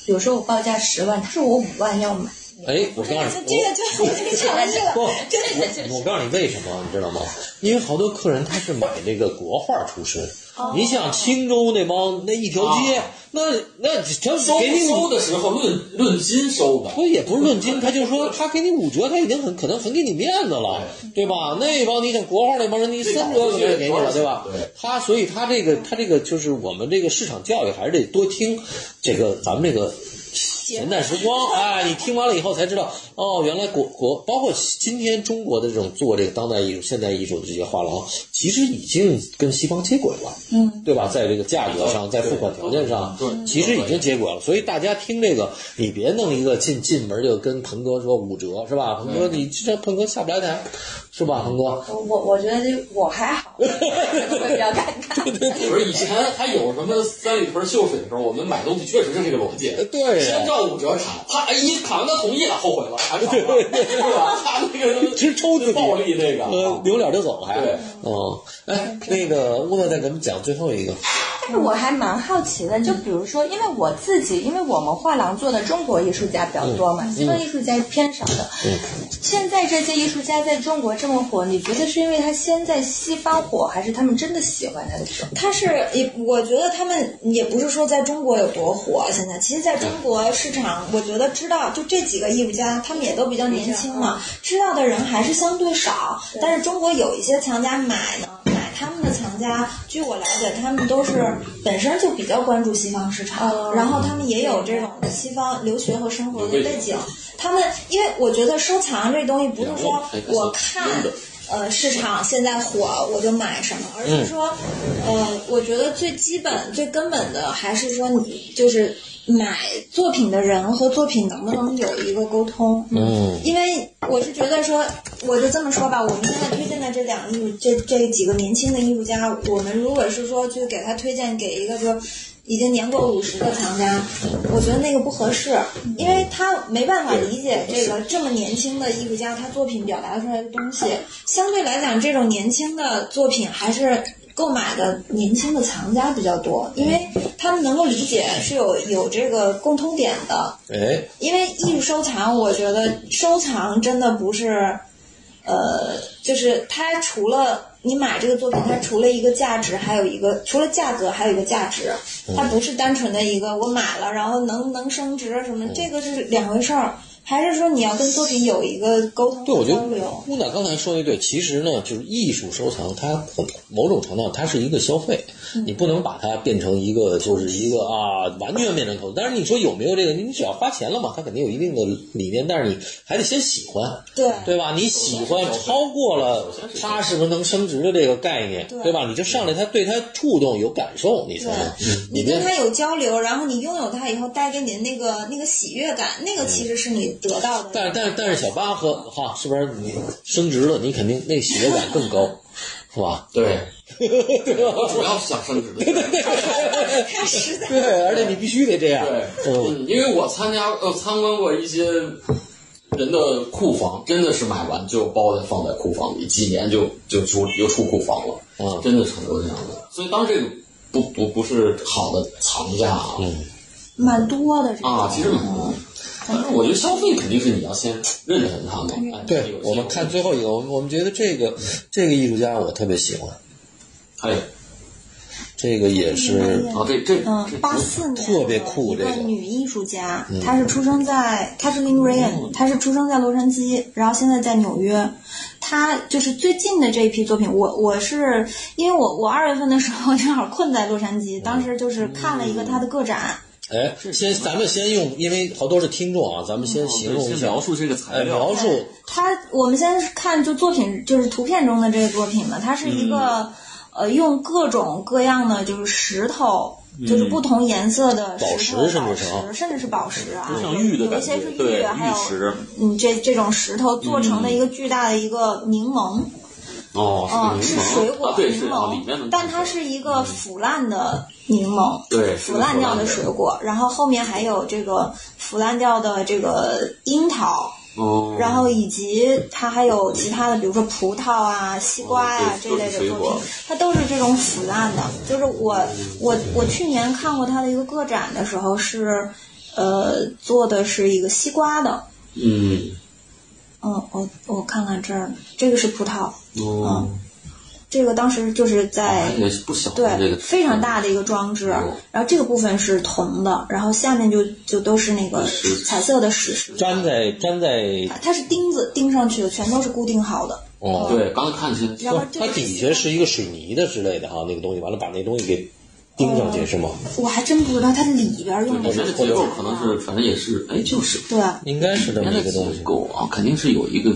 Speaker 3: 比如说我报价十万，他说我五万要买，
Speaker 1: 哎，我告诉
Speaker 4: 就
Speaker 1: 你，
Speaker 4: 这个就已经成立了
Speaker 1: 不，。
Speaker 3: 真的就是
Speaker 1: 我告诉你为什么，你知道吗？因为好多客人他是买那个国画出身。
Speaker 3: 哦
Speaker 1: 你想青州那帮那一条街，那那他
Speaker 2: 收
Speaker 1: 给你
Speaker 2: 收
Speaker 1: 五，
Speaker 2: 的时候论论斤收的，
Speaker 1: 不也不是论斤，他就说他给你五折，他已经很可能很给你面子了，对吧？那帮你想国画那帮人，你三折可能也给你了，对吧
Speaker 2: 对？
Speaker 1: 他所以他这个他这个就是我们这个市场教育还是得多听这个咱们这个。闲淡时光，哎，你听完了以后才知道，哦，原来国国包括今天中国的这种做这个当代艺术、现代艺术的这些画廊，其实已经跟西方接轨了，嗯，对吧？在这个价格上，在付款条件上，
Speaker 2: 对对
Speaker 1: 其实已经接轨了。所以大家听这个，你别弄一个进进门就跟鹏哥说五折是吧？
Speaker 2: 嗯
Speaker 1: 鹏哥，你这鹏哥下不来台，是吧？鹏哥，
Speaker 3: 我我我觉得这我还好，会比较尴尬。
Speaker 2: 不是以前还有什么三里屯秀水的时候，我们买东西确实是这个逻辑。
Speaker 1: 对啊呀
Speaker 2: 先照五折砍，他哎一砍，他同意了，后悔了，砍少了，是吧？他那个
Speaker 1: 直抽自己
Speaker 2: 暴力那个，啊
Speaker 1: 呃，扭脸就走还，
Speaker 2: 对
Speaker 1: 嗯，哎，那个乌娜再给我们讲最后一个，
Speaker 3: 但是我还蛮好奇的，就
Speaker 2: 嗯
Speaker 3: 比如说，因为我自己，因为我们画廊做的中国艺术家比较多嘛，
Speaker 2: 嗯
Speaker 3: 西方艺术家偏少的。现在这些艺术家在中国这么火，你觉得是因为他先在西方火，还是他们真的喜欢他的时候？
Speaker 4: 他是也，我觉得他们也不是说在中国有多火，现在其实在中国市场，我觉得知道就这几个艺术家，他们也都比较年轻嘛，知道的人还是相对少。但是中国有一些藏家买呢，买他们的藏家，据我了解，他们都是本身就比较关注西方市
Speaker 3: 哦
Speaker 4: 场，然后他们也有这种西方留学和生活的背景。他们因为我觉得收藏这东西不是说我看。呃，市场现在火，我就买什么，而是说，呃，我觉得最基本、最根本的还是说你就是买作品的人和作品能不能有一个沟通。
Speaker 1: 嗯，
Speaker 4: 因为我是觉得说，我就这么说吧，我们现在推荐的这两艺术这这几个年轻的艺术家，我们如果是说去给他推荐给一个说。已经年过五十的藏家，我觉得那个不合适，因为他没办法理解这个这么年轻的艺术家他作品表达出来的东西。相对来讲，这种年轻的作品还是购买的年轻的藏家比较多，因为他们能够理解是有有这个共通点的。
Speaker 1: 哎，
Speaker 4: 因为艺术收藏，我觉得收藏真的不是，呃，就是它除了你买这个作品，它除了一个价值，还有一个除了价格，还有一个价值。
Speaker 1: 嗯
Speaker 4: 它不是单纯的一个我买了，然后能能升值什
Speaker 1: 嗯
Speaker 4: 么，这个是两回事儿。还是说你要跟作品有一个沟通
Speaker 1: 对，我
Speaker 4: 和
Speaker 1: 觉得
Speaker 4: 交流？
Speaker 1: 乌娜刚才说的对，其实呢，就是艺术收藏，它某种程度上它是一个消费，
Speaker 4: 嗯
Speaker 1: 你不能把它变成一个就是一个啊，完全变成投资。但是你说有没有这个？你只要花钱了嘛，它肯定有一定的理念，但是你还得先喜欢，
Speaker 4: 对
Speaker 1: 对吧？你喜欢超过了它是不是能升值的这个概念，
Speaker 4: 对
Speaker 1: 对吧？你就上来，它对它触动有感受，你才
Speaker 4: 对
Speaker 1: 能，
Speaker 4: 你
Speaker 1: 别
Speaker 4: 跟他有交流，然后你拥有它以后带给你的那个那个喜悦感，那个其实是你得到
Speaker 3: 嗯
Speaker 4: 的。
Speaker 1: 但但但是小八和哈，是不是你升值了，你肯定那喜悦感更高，是吧？
Speaker 2: 对，
Speaker 1: 对吧？
Speaker 2: 啊我主要是想升职的。
Speaker 4: 他实在
Speaker 1: 对，而且你必须得这样。
Speaker 2: 对，
Speaker 1: 嗯，
Speaker 2: 嗯，因为我参加呃参观过一些人的库房，真的是买完就包在放在库房里，几年就就出又出库房了，
Speaker 1: 嗯
Speaker 2: 真的成过这样的。所以当这个不不不是好的藏家啊，
Speaker 1: 嗯
Speaker 4: 蛮多的这个
Speaker 2: 啊，其实蛮多的。但是我觉得消费肯定是你要先认识他们。
Speaker 4: 嗯
Speaker 2: 哎
Speaker 1: 对，我们看，最后一个，我们我们觉得这个这个艺术家我特别喜欢，
Speaker 2: 哎，
Speaker 1: 这个也是
Speaker 2: 啊，这这
Speaker 4: 嗯
Speaker 2: 这，
Speaker 4: 八四年
Speaker 1: 特别酷
Speaker 4: 的
Speaker 1: 这
Speaker 4: 一
Speaker 1: 个嗯
Speaker 4: 个女艺术家，她是出生在，她是 Lynn Ryan，她是出生在洛杉矶，然后现在在纽约。她就是最近的这一批作品，我我是因为我我二月份的时候 正好困在洛杉矶，当时
Speaker 1: 嗯
Speaker 4: 就是看了一个她的个展，
Speaker 1: 哎，先咱们先用，因为好多是听众啊，咱们
Speaker 2: 嗯
Speaker 1: 先形容一下，
Speaker 5: 述这个
Speaker 1: 哎，
Speaker 5: 材
Speaker 1: 描述
Speaker 4: 它我们先看就作品，就是图片中的这个作品嘛，它是一个、
Speaker 1: 嗯
Speaker 4: 呃用各种各样的就是石头。就是不同颜色的
Speaker 1: 嗯宝
Speaker 4: 石
Speaker 1: 石
Speaker 4: 头、宝
Speaker 1: 甚至是啊
Speaker 4: 甚至是宝石啊，
Speaker 5: 像
Speaker 4: 有
Speaker 5: 玉的
Speaker 4: 有一
Speaker 5: 感
Speaker 4: 些
Speaker 5: 觉
Speaker 4: 是，玉，
Speaker 5: 对，
Speaker 4: 还
Speaker 5: 玉
Speaker 4: 有
Speaker 5: 石，
Speaker 4: 嗯这这种石头做成的一个巨大的一个柠檬，
Speaker 5: 哦，
Speaker 4: 嗯，
Speaker 5: 是
Speaker 4: 是
Speaker 5: 个柠檬
Speaker 4: 水果
Speaker 5: 啊对，
Speaker 4: 柠
Speaker 5: 是哦，里面
Speaker 4: 檬
Speaker 5: 的，
Speaker 4: 但它是一个腐烂的柠檬，
Speaker 5: 对嗯是
Speaker 4: 腐
Speaker 5: 个
Speaker 4: 烂
Speaker 5: 腐
Speaker 4: 掉
Speaker 5: 烂
Speaker 4: 的
Speaker 5: 的
Speaker 4: 水果，然后后面还有这个腐烂掉的这个樱桃，
Speaker 5: 哦，
Speaker 4: 然后以及它还有其他的，比如说葡萄啊、西瓜呀、
Speaker 5: 哦
Speaker 4: 这
Speaker 5: 对
Speaker 4: 类的
Speaker 5: 都是水
Speaker 4: 作
Speaker 5: 果嗯
Speaker 4: 品，它都是这种腐烂的。就是我我我去年看过它的一个个展的时候是，呃，做的是一个西瓜的。
Speaker 5: 嗯，
Speaker 4: 嗯，我我看看这儿，这个是葡萄，
Speaker 5: 哦，
Speaker 4: 这个当时就是
Speaker 2: 啊
Speaker 4: 在
Speaker 2: 哎
Speaker 5: 也是不小的这
Speaker 4: 嗯哎对
Speaker 5: 个
Speaker 4: 非常大的一个装置
Speaker 5: 哦，
Speaker 4: 然后这个部分是铜的，然后下面就就都是那个
Speaker 5: 石
Speaker 4: 彩色的石石，
Speaker 1: 粘在粘在
Speaker 4: 它是钉子钉上去的，全都是固定好的。
Speaker 1: 哦，
Speaker 2: 嗯
Speaker 5: 对，刚才看起来
Speaker 4: 然后这
Speaker 1: 它
Speaker 4: 个
Speaker 1: 底下是一个水泥的之类的哈，那个东西，完了把那东西给钉上
Speaker 4: 哦
Speaker 1: 去是吗？
Speaker 4: 我还真不知道它里边用的
Speaker 2: 本
Speaker 4: 是
Speaker 2: 身的结构可能
Speaker 4: 啊
Speaker 2: 是，反正也是，哎，就是
Speaker 4: 对，
Speaker 1: 应该是这么
Speaker 2: 原来
Speaker 1: 一
Speaker 2: 的
Speaker 1: 个东西
Speaker 2: 结，构啊，肯定是有一个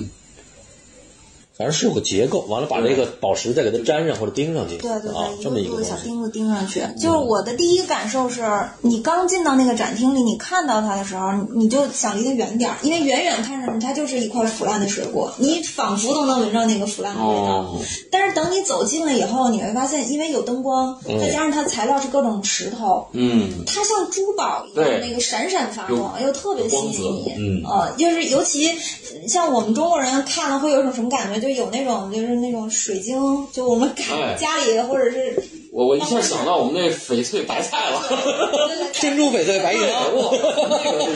Speaker 1: 反正是有个结构，完了把这个宝石再给它粘上或者钉上去，
Speaker 4: 对对
Speaker 1: 啊
Speaker 4: 对，，
Speaker 1: 这么
Speaker 4: 一
Speaker 1: 一
Speaker 4: 个
Speaker 1: 个
Speaker 4: 个
Speaker 1: 东
Speaker 4: 小
Speaker 1: 西。
Speaker 4: 钉子钉上去。就是我的第一感受是，你刚进到那个展厅里，你看到它的时候，你你就想离它远点儿，因为远远看上去它就是一块腐烂的水果，你仿佛都能闻到那个腐烂的味道。
Speaker 2: 哦，
Speaker 4: 但是等你走近了以后，你会发现，因为有灯光，再加上它材料是各种石头，
Speaker 2: 嗯，
Speaker 4: 它像珠宝一样，
Speaker 2: 对
Speaker 4: 那个闪闪发光，
Speaker 2: 有
Speaker 4: 又特别吸引你。
Speaker 2: 有光泽嗯
Speaker 4: 呃，就是尤其嗯像我们中国人看了会有一种什么感觉，就有那种就是那种水晶，就我们 感
Speaker 2: 哎
Speaker 4: 家里或者是
Speaker 2: 我我一下想到我们那翡翠白 菜了，
Speaker 1: 珍珠翡翠白啊玉汤，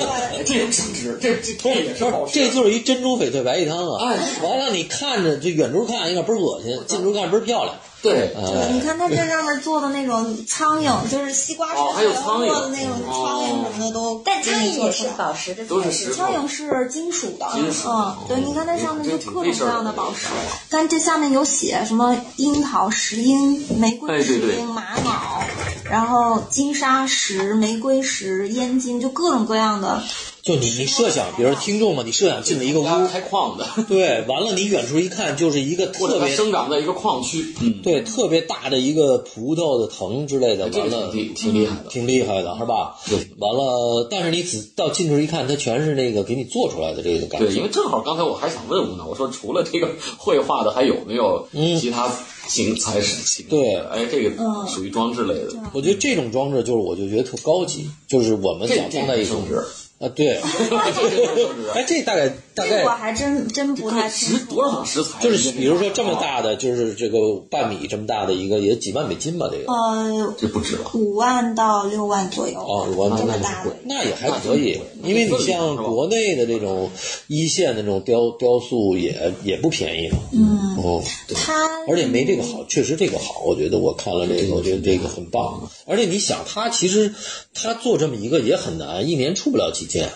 Speaker 4: 哎
Speaker 2: 这有升值，这这这也是
Speaker 1: 不是，这就是一珍珠翡翠白玉汤啊！
Speaker 2: 哎
Speaker 1: 完了，你看着就远处看应该倍儿恶心，近处看倍儿漂亮。
Speaker 2: 对，
Speaker 4: 你
Speaker 1: 哎，
Speaker 4: 看它这上面做的那种苍蝇，就是西瓜
Speaker 2: 哦还有苍蝇哦
Speaker 4: 做的那种苍蝇什么的都，
Speaker 3: 但苍
Speaker 4: 给你
Speaker 3: 蝇
Speaker 4: 做
Speaker 3: 也
Speaker 4: 出
Speaker 3: 是
Speaker 4: 来
Speaker 3: 宝石的
Speaker 2: 都
Speaker 3: 材
Speaker 2: 是
Speaker 3: 质
Speaker 2: 石，
Speaker 4: 苍蝇是金属的，
Speaker 2: 金属
Speaker 4: 嗯，对，
Speaker 2: 嗯
Speaker 4: 你看它上面就各种各样的宝石
Speaker 2: 这挺费事儿的，啊
Speaker 4: 但这下面有写什么樱桃石英、玫瑰石
Speaker 2: 哎对对
Speaker 4: 英、玛瑙，然后金沙石、玫瑰石、烟晶，就各种各样的。
Speaker 1: 就你你设想，比如说听众嘛，你设想进了一个屋，
Speaker 2: 家开矿的，
Speaker 1: 对，完了你远处一看就是一个
Speaker 2: 或
Speaker 1: 特
Speaker 2: 者它
Speaker 1: 别
Speaker 2: 生长在一个矿区，嗯，哎
Speaker 1: 对特别大的一个葡萄的藤之类的，
Speaker 2: 这
Speaker 1: 完
Speaker 2: 个
Speaker 1: 了
Speaker 2: 挺厉挺厉害的，
Speaker 1: 挺厉害的，是吧？
Speaker 2: 对
Speaker 1: 完了，但是你只到近处一看，它全是那个给你做出来的这个感
Speaker 2: 对，
Speaker 1: 觉
Speaker 2: 因。为正好刚才我还想问问呢，我说除了这个绘画的，还有没有其他形材是形？
Speaker 1: 嗯对
Speaker 2: 哎，这
Speaker 4: 嗯
Speaker 2: 个属于装置类的，
Speaker 1: 我觉得这种装置就是，我就觉得特高级，就是我们
Speaker 2: 这
Speaker 1: 想
Speaker 2: 这
Speaker 1: 放在一
Speaker 2: 个
Speaker 1: 种
Speaker 2: 升值，
Speaker 1: 啊，对，
Speaker 2: 这个升值，
Speaker 1: 哎，这大概大
Speaker 4: 这
Speaker 1: 概
Speaker 4: 我还真真不太
Speaker 2: 看
Speaker 4: 清
Speaker 2: 食
Speaker 4: 楚。
Speaker 2: 多少食材？
Speaker 1: 就是比如说这么，
Speaker 2: 啊
Speaker 1: 大的，就是这个半米这么大的一个，也几万美金吧，这个
Speaker 4: 呃，
Speaker 2: 这不止吧？
Speaker 4: 五万到六万左右。
Speaker 2: 哦
Speaker 1: 啊，我
Speaker 4: 这么
Speaker 1: 那
Speaker 4: 大的，
Speaker 1: 那也还可以，
Speaker 2: 那
Speaker 1: 因为你
Speaker 2: 那
Speaker 1: 像
Speaker 2: 是吧
Speaker 1: 国内的这种一线的这种雕雕塑也也不便宜嘛，嗯，哦，对
Speaker 4: 它
Speaker 1: 而且没这个好，确实这个好，我觉得我看了这个，我觉得这个很棒。而且你想，他其实他做这么一个也很难，一年出不了几件，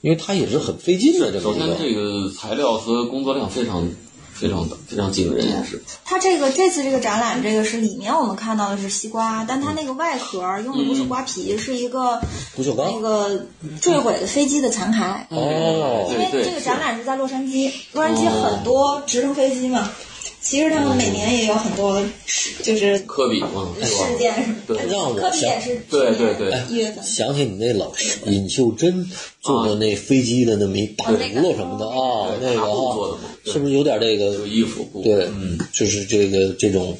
Speaker 1: 因为他也是很费劲的这
Speaker 2: 首
Speaker 1: 么一
Speaker 2: 先，
Speaker 1: 个。
Speaker 2: 这个材料和工作量非常非常非常惊人，也是。
Speaker 4: 它这个这次这个展览，这个是里面我们看到的是西瓜，但它那个外壳用的不是瓜皮，是一个
Speaker 1: 不锈
Speaker 4: 那
Speaker 1: 钢
Speaker 4: 个坠毁的飞机的残骸。
Speaker 1: 哦
Speaker 4: 因
Speaker 2: 对
Speaker 4: 为
Speaker 2: 对，
Speaker 4: 这个展览是在洛杉矶，洛杉矶很多直升飞机嘛，其实他们每年也有很多事，就是
Speaker 2: 科比嘛，
Speaker 4: 事
Speaker 2: 是吧？
Speaker 4: 件什么的。
Speaker 1: 让我
Speaker 4: 科比
Speaker 1: 想
Speaker 4: 也是
Speaker 2: 对对对
Speaker 4: 一月份。
Speaker 1: 想起你那老师尹秀珍做的那飞机的那么一大轱辘什么的啊，那
Speaker 2: 对
Speaker 1: 个
Speaker 2: 拿布做的
Speaker 1: 啊
Speaker 2: 嘛，对
Speaker 1: 是不是有点这
Speaker 2: 有
Speaker 1: 个？
Speaker 2: 衣服布，
Speaker 1: 对，
Speaker 2: 嗯，，
Speaker 1: 就是这个这种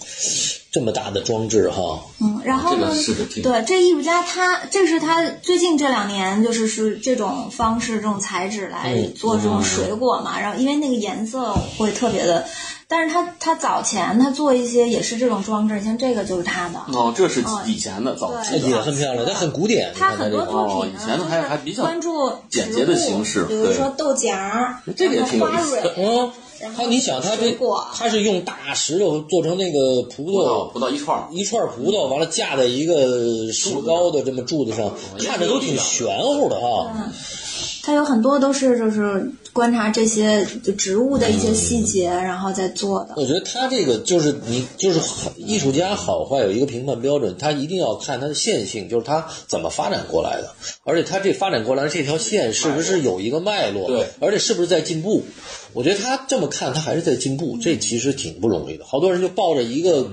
Speaker 1: 这么大的装置哈，
Speaker 4: 嗯，然后
Speaker 2: 这
Speaker 4: 呢
Speaker 2: 个？是个挺
Speaker 4: 对，这艺术家他这是他最近这两年就是是这种方式、这种材质来
Speaker 2: 嗯
Speaker 4: 做这种水果嘛，然后因为那个颜色会特别的，但是他他早前他做一些也是这种装置，像这个就是他的，
Speaker 2: 哦，这是以前的早期
Speaker 1: 也
Speaker 4: 对
Speaker 2: 的，
Speaker 1: 哎很漂亮，它很古典。你
Speaker 4: 他
Speaker 1: 看它
Speaker 4: 很
Speaker 1: 这
Speaker 4: 多
Speaker 1: 个。
Speaker 4: 作品
Speaker 2: 哦
Speaker 4: 呢，
Speaker 2: 以前的还还比
Speaker 4: 就是
Speaker 2: 较
Speaker 4: 关注
Speaker 2: 简洁的
Speaker 4: 植物
Speaker 2: 形式
Speaker 4: 比如
Speaker 2: 对哎
Speaker 4: 说豆荚儿，
Speaker 2: 这个也
Speaker 4: 然后
Speaker 2: 挺有
Speaker 4: 花
Speaker 2: 意思
Speaker 4: 蕊，
Speaker 1: 嗯，
Speaker 4: 然后
Speaker 1: 他你想他
Speaker 4: 水
Speaker 1: 这
Speaker 4: 果
Speaker 1: 他是用大石头做成那个葡
Speaker 2: 不到
Speaker 1: 萄
Speaker 2: 不到一串儿，
Speaker 1: 一串葡萄，完了架在一个石膏的这么柱子上，看着都挺玄乎的哈。
Speaker 4: 它有很多都是就是观察这些就植物的一
Speaker 2: 嗯
Speaker 4: 些细节，然后再做的。
Speaker 1: 我觉得他这个就是你就是好艺术家好坏有一个评判标准，他一定要看他的线性，就是他怎么发展过来的，而且他这发展过来的这条线是不是有一个脉络，
Speaker 2: 对
Speaker 1: 而且是不是在进步。我觉得他这么看，他还是在进步，这其实挺不容易的。好多人就抱着一个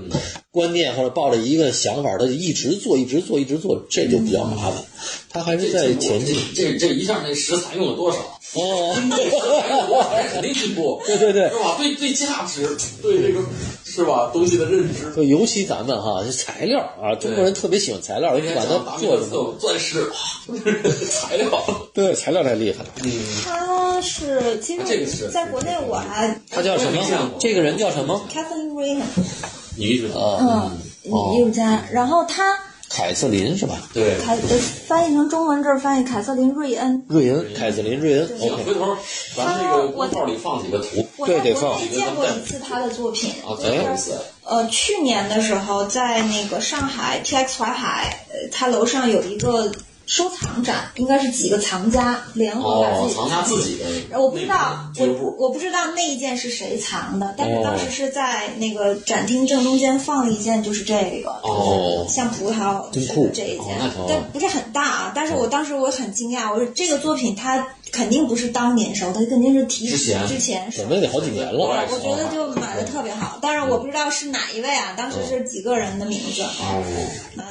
Speaker 1: 观念或者抱着一个想法，他就一直做，一直做，一直做，这就比较麻烦。他还是在前进。
Speaker 2: 这这这一下那食材用了多少？啊
Speaker 1: 哦，
Speaker 2: 肯定进步，
Speaker 1: 对对对
Speaker 2: 是。吧？对对价值，对这个是吧东西的认知。
Speaker 1: 就尤其咱们哈，这材料啊，中国人特别喜欢材料，
Speaker 2: 今
Speaker 1: 不
Speaker 2: 天
Speaker 1: 管
Speaker 2: 讲
Speaker 1: 它
Speaker 2: 达米
Speaker 1: 做
Speaker 2: 勒
Speaker 1: 什 么，
Speaker 2: 斯钻石，哇，材料，
Speaker 1: 对材料太厉害了。
Speaker 4: 它是其
Speaker 2: 啊这个
Speaker 4: 实
Speaker 2: 是
Speaker 4: 在国内我还
Speaker 1: 他叫什么
Speaker 2: 我也没见？过
Speaker 1: 这个人叫什么？
Speaker 4: Catherine r a y n
Speaker 2: 女艺术家，
Speaker 1: 呃，
Speaker 4: 嗯，艺术家，然后他
Speaker 1: 凯瑟琳是吧？
Speaker 2: 对。
Speaker 4: 凯呃翻译成中文这儿翻译凯瑟琳瑞恩，
Speaker 1: 瑞哦恩，凯瑟琳·瑞恩。
Speaker 2: 行，
Speaker 1: OK，
Speaker 2: 回头咱这个公号里放几个图。
Speaker 4: 我
Speaker 1: 对
Speaker 4: 在
Speaker 1: 得
Speaker 4: 国内
Speaker 1: 放
Speaker 4: 见过一次他的作
Speaker 1: 哎
Speaker 4: 品，
Speaker 2: 啊，
Speaker 4: 就
Speaker 2: 咱有
Speaker 4: 是
Speaker 2: 意思。
Speaker 4: 呃，去年的时候，在那个上海 TX 淮海，呃它楼上有一个收藏展，应该是几个藏家联合把
Speaker 2: 哦
Speaker 4: 自，己的
Speaker 2: 藏家自己的
Speaker 4: 呃，我不知道，
Speaker 2: 俱
Speaker 4: 我
Speaker 2: 乐部
Speaker 4: 我不知道那一件是谁藏的，但是
Speaker 1: 哦
Speaker 4: 当时是在那个展厅正中间放了一件，就是这个，
Speaker 2: 哦
Speaker 4: 就是像葡萄
Speaker 1: 真
Speaker 4: 似
Speaker 1: 酷
Speaker 4: 的这一件
Speaker 2: 哦那挺，好哦
Speaker 4: 但不是很大啊。但是我当时我很惊讶，我说这个作品它肯定不是当年收的，它肯定是提
Speaker 2: 之前
Speaker 4: 之前收
Speaker 1: 怎
Speaker 4: 的。
Speaker 1: 么也得好几年
Speaker 2: 国
Speaker 1: 了哦
Speaker 2: 外。
Speaker 4: 我觉得就买的特别好，但
Speaker 2: 嗯
Speaker 4: 是我不知道是哪一位啊，当时是几个人的名字。
Speaker 2: 哦，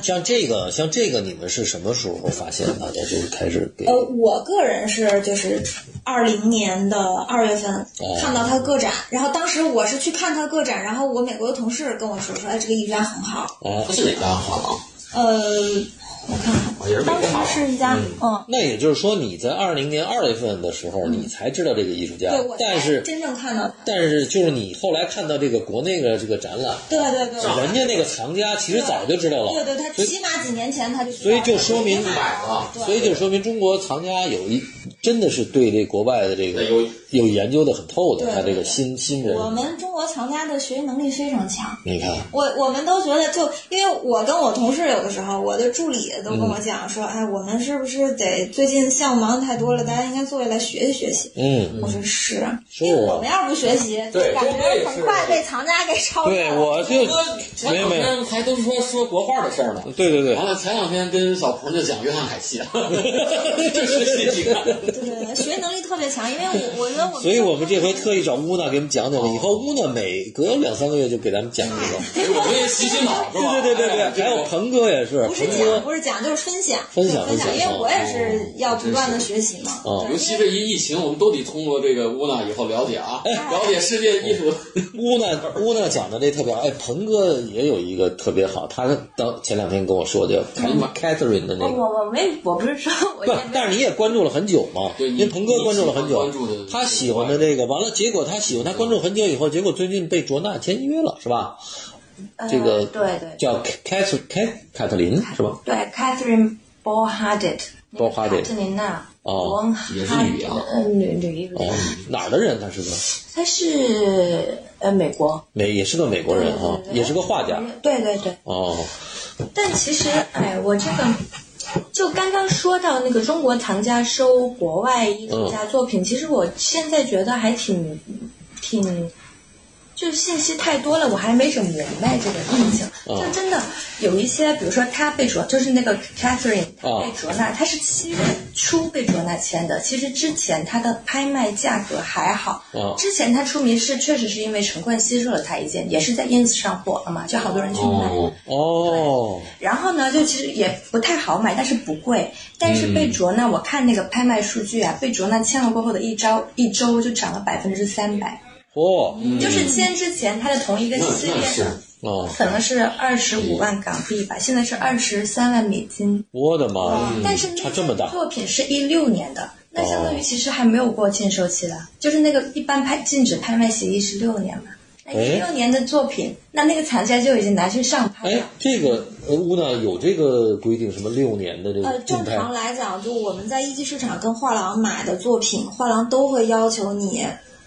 Speaker 1: 像这个，像这个，你们是什么时候发现的？就是开始给
Speaker 4: 呃，我个人是就是二零年的二月份
Speaker 1: 哦
Speaker 4: 看到他个展，然后当时我是去看他个展，然后我美国的同事跟我说说，哎，这个艺术家很好。
Speaker 1: 啊
Speaker 2: 他，是哪家画廊？
Speaker 4: 呃，我看看，
Speaker 2: 哦，也是美
Speaker 4: 当
Speaker 2: 国画
Speaker 4: 时
Speaker 2: 廊。
Speaker 4: 是一家，嗯，
Speaker 1: 那也就是说你在二零年二月份的时候，你才知道这个艺术家
Speaker 4: 对我，
Speaker 1: 但
Speaker 4: 才
Speaker 1: 是
Speaker 4: 真正看到他，
Speaker 1: 但是就是你后来看到这个国内的这个展览，
Speaker 4: 对对对，
Speaker 1: 人家那个藏家其实早就知道
Speaker 4: 啊对
Speaker 1: 了，
Speaker 4: 对，他
Speaker 1: 所以
Speaker 4: 起码几年前他就知道
Speaker 1: 所以就说明啊
Speaker 4: 他已经买了，对
Speaker 1: 所以就说明中国藏家有一真的是对这国外的这个
Speaker 2: 有
Speaker 1: 有研究的很透的，
Speaker 4: 对
Speaker 1: 他这个新新人，
Speaker 4: 我们中国藏家的学习能力非常强。
Speaker 1: 你看
Speaker 4: 我我们都觉得就，因为我跟我同事有的时候，我的助理都跟
Speaker 1: 嗯
Speaker 4: 我讲说，哎，我们是不是得最近项目忙得太多了，大家应该坐下来学习学习。
Speaker 1: 嗯，
Speaker 4: 我说是啊，
Speaker 1: 是
Speaker 4: 因为我
Speaker 1: 啊
Speaker 4: 们，要不学习，就
Speaker 2: 对
Speaker 4: 感
Speaker 2: 这
Speaker 4: 觉
Speaker 2: 个
Speaker 4: 很
Speaker 2: 是
Speaker 4: 快被藏家给超
Speaker 1: 对
Speaker 4: 了。
Speaker 1: 我就
Speaker 2: 前
Speaker 1: 没有
Speaker 2: 两
Speaker 1: 没有，
Speaker 2: 天还都说说国画的事儿呢。
Speaker 1: 对对对
Speaker 2: 完，了，前两天跟小鹏就讲约翰海 西了，就是这个。
Speaker 4: 对对对，学习能力特别强，因为 我我觉得我们，
Speaker 1: 所以我们这回特意找乌娜给我们讲讲了，以后乌娜每隔两三个月就给咱们讲这个，
Speaker 2: 哎我们也洗洗脑是 吧？
Speaker 1: 对对对对
Speaker 2: 哎
Speaker 1: 对，还有鹏哥也是，
Speaker 4: 啊不是
Speaker 1: 鹏
Speaker 4: 讲
Speaker 1: 哥
Speaker 4: 不是讲就是分享
Speaker 1: 分享
Speaker 4: 就是
Speaker 1: 分
Speaker 4: 分享，因
Speaker 1: 享啊
Speaker 4: 为我也是
Speaker 2: 哦
Speaker 4: 要不断的学习嘛。
Speaker 1: 哦
Speaker 2: 尤
Speaker 4: 对，
Speaker 2: 其
Speaker 4: 因
Speaker 2: 这
Speaker 4: 为
Speaker 2: 一疫情，我们都得通过这个乌娜以后了解啊，了解世界艺术。
Speaker 1: 乌娜乌娜讲的这特别好，哎，鹏哥也有一个特别好，他当前两天跟我说的
Speaker 4: 嗯
Speaker 2: 哎呀妈
Speaker 1: Catherine 的那个。
Speaker 3: 我我没我不是说我
Speaker 1: 不
Speaker 3: 也，没
Speaker 1: 但是你也关注了很久嘛，
Speaker 2: 对
Speaker 1: 因
Speaker 2: 你
Speaker 1: 为鹏哥关注了很久
Speaker 2: 你喜欢关注，的
Speaker 1: 他喜欢的这个，完了，结果他喜欢他关注很久以后，结果最近被卓娜签约了，是吧？
Speaker 3: 呃
Speaker 1: 这个
Speaker 3: 对对
Speaker 1: 叫凯特凯凯特琳是吧？
Speaker 3: 对，Catherine b o l h a d e t
Speaker 1: Ball Hardet
Speaker 3: 特琳娜，
Speaker 1: 哦
Speaker 3: 伯恩哈
Speaker 2: 也是女啊
Speaker 3: 呃，女女艺术家
Speaker 1: 哦，，哪儿的人？他是个
Speaker 3: 她是呃美国
Speaker 1: 美，也是个美国人啊，也是个画家。，
Speaker 3: 对对对。
Speaker 1: 哦，
Speaker 3: 但其实，哎，我这个就刚刚说到那个中国藏家收国外艺术家作
Speaker 1: 嗯
Speaker 3: 品，其实我现在觉得还挺挺，就是信息太多了，我还没整明白这个事情。
Speaker 1: 嗯
Speaker 3: 就真的有一些，比如说他被卓，就是那个 Catherine，
Speaker 1: 嗯
Speaker 3: 她被卓纳，他是七月初被卓纳签的，其实之前他的拍卖价格还好。
Speaker 1: 嗯
Speaker 3: 之前他出名是确实是因为陈冠希收了他一件，也是在 ins 上火了嘛，就好多人去买。
Speaker 2: 哦，
Speaker 1: 哦，
Speaker 3: 然后呢，就其实也不太好买，但是不贵。但是贝卓呢，我看那个拍卖数据啊，贝卓呢签了过后的一周一周就涨了百分之三百，
Speaker 1: 哦，
Speaker 3: 就是签之前它的同一个
Speaker 2: 那
Speaker 3: 系
Speaker 2: 嗯那
Speaker 3: 列
Speaker 2: 是
Speaker 3: 的，
Speaker 1: 哦，
Speaker 3: 可能是二十五万港币吧，现在是二十三万美金。
Speaker 1: 我的妈呀！
Speaker 3: 嗯但是那
Speaker 1: 差这么
Speaker 3: 件
Speaker 1: 大
Speaker 3: 作品是一六年的，那相
Speaker 2: 哦
Speaker 3: 当于其实还没有过禁售期的，就是那个一般拍禁止拍卖协议是六年嘛。
Speaker 4: 哎
Speaker 2: 哎
Speaker 3: 那一六年的作品，那那个藏家就已经拿去上拍
Speaker 1: 哎
Speaker 3: 了。，
Speaker 1: 这个呃，乌娜有这个规定，什么六年的这
Speaker 4: 呃
Speaker 1: 个，
Speaker 4: 正
Speaker 1: 竞拍
Speaker 4: 常来讲，就我们在一级市场跟画廊买的作品，画廊都会要求你，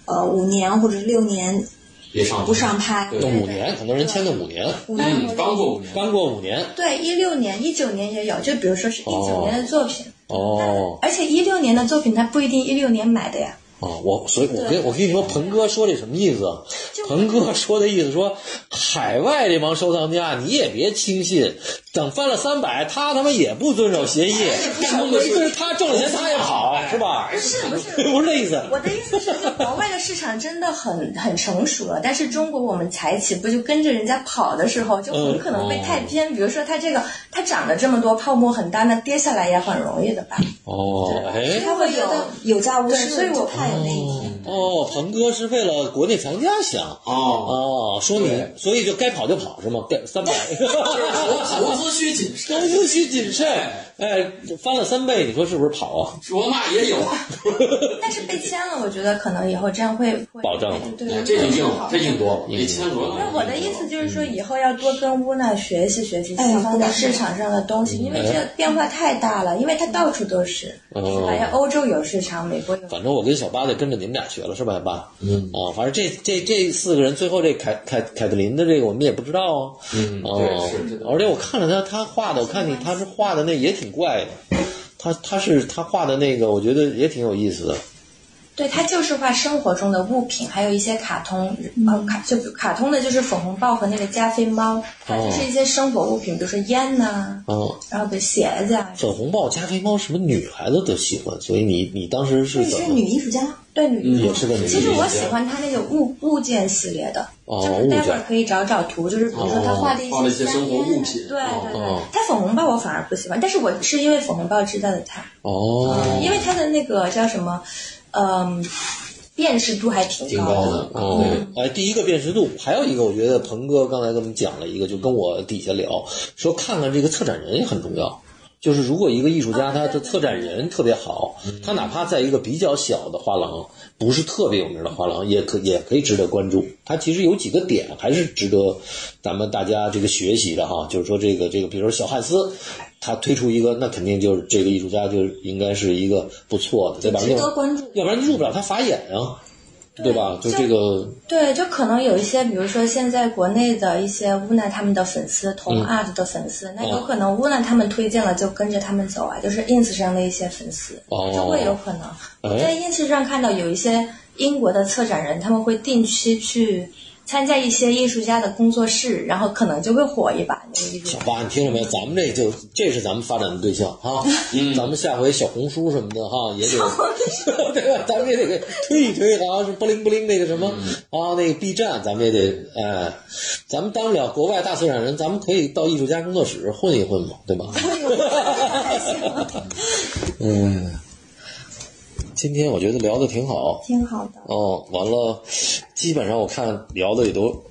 Speaker 4: 呃，五年或者是六年
Speaker 2: 别上
Speaker 4: 不上拍。
Speaker 2: 对
Speaker 1: 那五年，很多人签的五年，
Speaker 4: 五年或
Speaker 2: 嗯，
Speaker 4: 者
Speaker 2: 刚过五年，
Speaker 1: 刚过五年。
Speaker 3: 对，一六年、一九年也有，就比如说是一九年的作品，
Speaker 1: 哦
Speaker 3: 而且一六年的作品它不一定一六年买的呀。
Speaker 1: 哦，我所以，我跟我跟你说，鹏哥说这什么意思啊？鹏哥说的意思说，海外这帮收藏家你也别轻信，等翻了三百，他他妈也不遵守协议，没准他挣了钱他也跑，是吧？
Speaker 3: 哎不是不是，
Speaker 1: 不是这意思。
Speaker 3: 我的意思是，就国外的市场真的很很成熟了，但是中国我们才起步就跟着人家跑的时候，就
Speaker 1: 嗯
Speaker 3: 很可能被
Speaker 1: 哦
Speaker 3: 太偏。比如说它这个它涨了这么多，泡沫很大，那跌下来也很容易的吧？
Speaker 1: 哦，哎，
Speaker 4: 他会有有价无市，
Speaker 3: 对所以我
Speaker 4: 就怕有那一天。
Speaker 1: 哦，鹏哥是为了国内藏家想。
Speaker 2: 哦，
Speaker 1: 哦，说明
Speaker 2: 对
Speaker 1: 所以就该跑就跑是吗？该三 百，
Speaker 2: 投资需谨慎。
Speaker 1: 投资需谨慎。哎，翻了三倍，你说是不是跑啊？
Speaker 2: 罗纳也有，啊
Speaker 3: 但是被签了，我觉得可能以后这样会会
Speaker 1: 保障了
Speaker 3: 对
Speaker 2: 哎
Speaker 3: 对，
Speaker 2: 这就硬
Speaker 3: 好
Speaker 2: 了，这硬多了，比签罗纳。
Speaker 3: 那我的意思就是说，以后要多跟乌娜学习学习
Speaker 4: 哎呀
Speaker 3: 西方的市场上的东西，因为这个变化太大了，因为它到处都是。
Speaker 1: 嗯
Speaker 3: 好像欧洲有市场，美国有。
Speaker 1: 反正我跟小八得跟着你们俩学了，是吧，小八？
Speaker 2: 嗯
Speaker 1: 啊，反正这这这四个人，最后这凯凯凯特琳的这个我们也不知道啊。
Speaker 2: 嗯，
Speaker 1: 哦
Speaker 2: 对，是这，个。
Speaker 1: 而且我看了他他画的，我看你他是画的那也挺怪的，他他是他画的那个，我觉得也挺有意思的。
Speaker 3: 对，它就是画生活中的物品，还有一些卡通，呃，卡就卡通的就是粉红豹和那个加菲猫，它就是一些生活物品，比如说烟呐、
Speaker 1: 啊，
Speaker 3: 然后比如鞋子啊，
Speaker 1: 粉红豹、加菲猫什么女孩子都喜欢，所以你你当时
Speaker 4: 这
Speaker 1: 是怎
Speaker 4: 是女
Speaker 1: 么？
Speaker 4: 艺术家，
Speaker 3: 对，女
Speaker 1: 也是个女
Speaker 3: 其实
Speaker 1: 艺术
Speaker 3: 我
Speaker 1: 家
Speaker 3: 喜欢它那个物物件系列的，
Speaker 1: 哦
Speaker 3: 就是待会
Speaker 1: 物
Speaker 3: 儿
Speaker 1: 件
Speaker 3: 可以找找图，就是比
Speaker 4: 哦
Speaker 3: 如说他画的一些、
Speaker 2: 画了一些生活物品，
Speaker 3: 对对对，
Speaker 1: 哦
Speaker 3: 他粉红豹我反而不喜欢，但是我是因为粉红豹知道的他，
Speaker 1: 哦，
Speaker 3: 因为他的那个叫什么，嗯，辨识度还挺
Speaker 2: 挺
Speaker 3: 高
Speaker 2: 高的。
Speaker 1: 哦，哎，第一个辨识度，还有一个我觉得鹏哥刚才跟我们讲了一个，就跟我底下聊说，看看这个策展人也很重要。就是如果一个艺术家他的策展人特别好，他哪怕在一个比较小的画廊，不是特别有名的画廊，也可也可以值得关注。他其实有几个点还是值得咱们大家这个学习的哈，就是说这个这个，比如说小汉斯。他推出一个，那肯定就是这个艺术家就应该是一个不错的，对吧？
Speaker 4: 值得关注
Speaker 1: 要不然你入不了他法眼啊，对吧？就
Speaker 3: 就
Speaker 1: 这个
Speaker 3: 对，就可能有一些，比如说现在国内的一些乌娜他们的粉丝，
Speaker 1: 嗯
Speaker 3: 啊同 art 的粉丝，那
Speaker 1: 哦
Speaker 3: 有可能乌娜他们推荐了就跟着他们走啊，就是 ins 上的一些粉丝，
Speaker 1: 哦
Speaker 3: 就会有可能。我在
Speaker 1: 哎
Speaker 3: ins 上看到有一些英国的策展人，他们会定期去参加一些艺术家的工作室，然后可能就会火一把那个艺术
Speaker 1: 小
Speaker 3: 家。
Speaker 1: 八，你听着没有？咱们这就这是咱们发展的对象 哈。咱们下回小红书什么的哈，也得 对吧？咱们也得给推一推啊，是不灵不灵那个什么、啊，那个 B 站，咱们也得哎，咱们当不了国外大策展人，咱们可以到艺术家工作室混一混嘛，对 吧？嗯，今天我觉得聊的挺好，
Speaker 4: 挺好的。
Speaker 1: 哦，完了，基本上我看聊的也都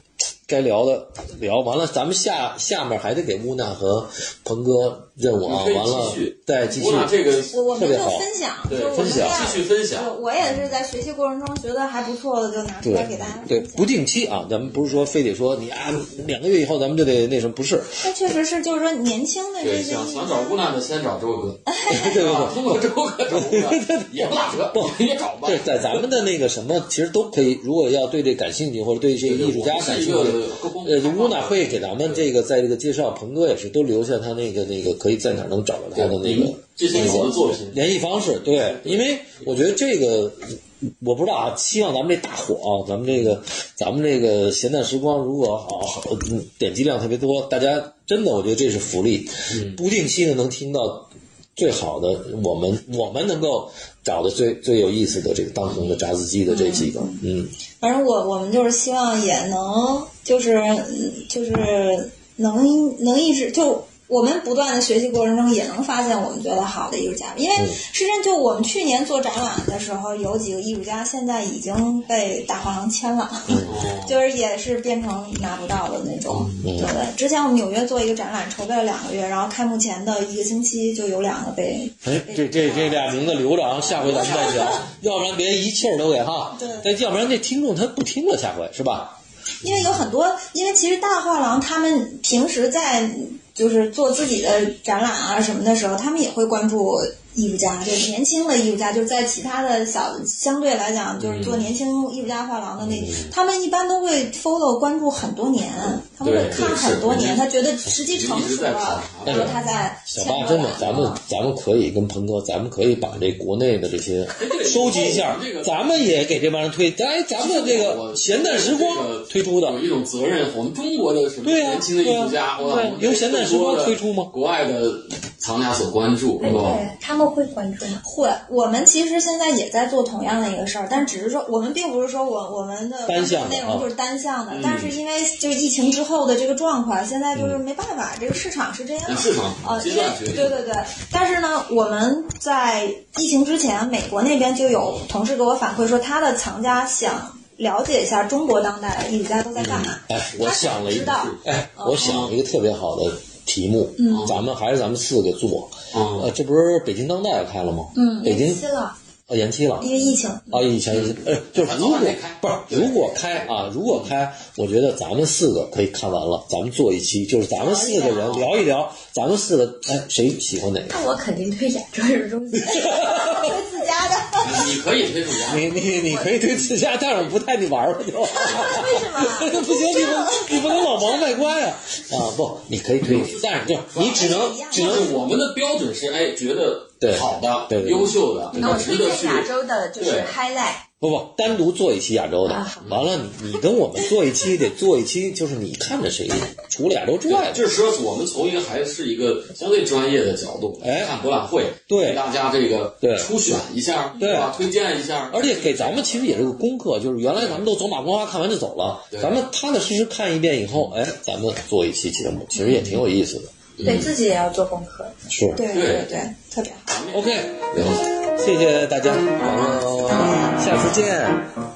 Speaker 1: 该聊的聊完了，咱们下下面还得给乌娜和鹏哥任务啊，
Speaker 2: 你可以
Speaker 1: 完了
Speaker 2: 继续
Speaker 1: 再继续
Speaker 2: 我。俩这个
Speaker 4: 我我们
Speaker 1: 特别
Speaker 4: 就
Speaker 1: 好
Speaker 4: 分享，就
Speaker 2: 对
Speaker 4: 是我
Speaker 1: 分
Speaker 4: 们
Speaker 1: 享
Speaker 4: 俩
Speaker 2: 继续分享
Speaker 4: 我我也是在学习过程中觉得还不错的，就拿出
Speaker 1: 对
Speaker 4: 来给大家
Speaker 1: 对，
Speaker 4: 分享
Speaker 1: 不定期啊，咱们不是说非得说你啊，两个月以后咱们就得那什么，不是，
Speaker 4: 但确实是，就是说年轻的这
Speaker 2: 对，
Speaker 4: 些
Speaker 2: 想想找乌娜的先找周哥，
Speaker 1: 对对对
Speaker 2: 啊，通过周哥找乌娜也不打折，你也找吧。
Speaker 1: 对，在咱们的那个什么，其实都可以。如果要对这感兴趣，或者对这个艺术家感兴趣，呃，乌娜会给咱们这个在这个介绍，鹏哥也是都留下他那个那个可以在哪儿能找到他
Speaker 2: 对
Speaker 1: 的那个。
Speaker 2: 这些你的作品，
Speaker 1: 联系方式，对，因为我觉得这个，我不知道啊，希望咱们这大火啊，咱们这个，咱们这个闲淡时光，如果好好、嗯点击量特别多，大家真的，我觉得这是福利，不定期的能听到最好的我们，我们能够找的最最有意思的这个当红的炸子鸡的这几个，嗯，
Speaker 4: 反正我我们就是希望也能就是嗯就是能能一直就我们不断的学习过程中也能发现我们觉得好的艺术家，因为实际上就我们去年做展览的时候，有几个艺术家现在已经被大画廊签了， 就是也是变成拿不到的那种。对对，之前我们纽约做一个展览，筹备了两个月，然后开幕前的一个星期就有两个被
Speaker 1: 哎，这这这俩名字留着啊，下回咱们再讲， 要不然别一气儿都给哈，
Speaker 4: 对
Speaker 1: 再要不然这听众他不听了，下回是吧？
Speaker 4: 因为有很多，因为其实大画廊他们平时在就是做自己的展览啊什么的时候，他们也会关注艺术家，就是年轻的艺术家，就是在其他的小相对来讲，就是
Speaker 1: 嗯
Speaker 4: 做年轻艺术家画廊的那，他们一般都会 follow 关注很多年，他们会
Speaker 2: 对
Speaker 4: 看
Speaker 2: 对
Speaker 4: 很多
Speaker 2: 是
Speaker 4: 年，
Speaker 2: 人
Speaker 4: 他觉得时机成
Speaker 2: 一直
Speaker 4: 熟
Speaker 2: 在考
Speaker 4: 了，
Speaker 2: 察
Speaker 4: 然后他再
Speaker 1: 小
Speaker 4: 签
Speaker 1: 八，
Speaker 4: 过
Speaker 1: 真的
Speaker 4: 来，
Speaker 1: 咱们咱们可以跟鹏哥，咱们可以把这国内的这些收集一下
Speaker 2: 这，个
Speaker 1: 咱们也给这帮人推。哎，咱们这个闲淡时光推出的
Speaker 2: 有，一种责任。我们中国的什么
Speaker 1: 对啊
Speaker 2: 年轻的艺术家，
Speaker 1: 对啊
Speaker 2: 哇
Speaker 1: 对啊，由闲淡时光推出吗
Speaker 2: 国外的藏家所关注，是吧？
Speaker 3: 对，他们会关注吗？
Speaker 4: 会，我们其实现在也在做同样的一个事儿，但只是说我们并不是说我我们的
Speaker 1: 单向的
Speaker 4: 内
Speaker 1: 啊
Speaker 4: 容就是单向的，但是因为就是疫情之后的这个状况，现在
Speaker 1: 嗯
Speaker 4: 就是没办法，这个市场是这样的。
Speaker 2: 市场
Speaker 4: 呃，
Speaker 2: 阶
Speaker 4: 因为
Speaker 2: 段决
Speaker 3: 哦
Speaker 2: 定
Speaker 4: 对对对，但是呢，我们在疫情之前，美国那边就有同事给我反馈说，他的藏家想了解一下中国当代艺术家都在干嘛。
Speaker 1: 哎，我想了一
Speaker 4: 知
Speaker 1: 个
Speaker 4: 道，
Speaker 1: 哎，我想了一个特别好的题目，咱们还是咱们四个做。
Speaker 2: 嗯
Speaker 1: 呃，这不是北京当代开了吗？嗯，北京
Speaker 3: 期了，
Speaker 1: 啊延期了。
Speaker 4: 因为疫情，
Speaker 1: 啊，以前呃，就是如果
Speaker 2: 咱早晚得开
Speaker 1: 不是
Speaker 2: 对
Speaker 1: 如果开啊，如果开，我觉得咱们四个可以看完了，咱们做一期，就是咱们四个人聊一聊，咱们四个哎谁喜欢哪个？
Speaker 3: 那我肯定推亚 洲人中心，
Speaker 4: 推自家的，
Speaker 2: 你你可以推出家，
Speaker 1: 你你你可以推自家，但是我不带你玩 了就。
Speaker 4: 为什么？
Speaker 1: 不行，你不你不能老王卖瓜呀！啊，不，你可以推，
Speaker 2: 嗯
Speaker 1: 但是就你只能只
Speaker 2: 就
Speaker 1: 能
Speaker 2: 是我们的标准是，哎，觉得
Speaker 1: 对
Speaker 2: 好的、
Speaker 1: 对对对
Speaker 2: 优秀的，
Speaker 3: 那我
Speaker 2: 值
Speaker 3: 推
Speaker 2: 得
Speaker 3: 荐
Speaker 2: 去。
Speaker 3: 亚洲的就是
Speaker 2: 对
Speaker 3: highlight。
Speaker 1: 不不，单独做一期亚洲的
Speaker 3: 啊好，
Speaker 1: 完了你你跟我们做一期，得做一期，就是你看着谁，除了亚洲之外
Speaker 2: 对，
Speaker 1: 的，
Speaker 2: 就是说，我们从一个还是一个相对专业的角度
Speaker 1: 哎
Speaker 2: 来看博览会，
Speaker 1: 对
Speaker 2: 给大家这个
Speaker 1: 对
Speaker 2: 初选一下，
Speaker 1: 对
Speaker 2: 吧？推荐一下，
Speaker 1: 而且给咱们其实也是个功课，就是原来咱们都走马观花看完就走了，
Speaker 2: 对
Speaker 1: 咱们踏踏实实看一遍以后，哎，咱们做一期节目，其实也挺有意思的，
Speaker 3: 对自己也要做功课。
Speaker 1: 是。
Speaker 4: 对对对，特别好。
Speaker 1: OK，
Speaker 2: 聊。
Speaker 1: 哦
Speaker 3: 嗯
Speaker 1: 谢谢大家，咱们下次见，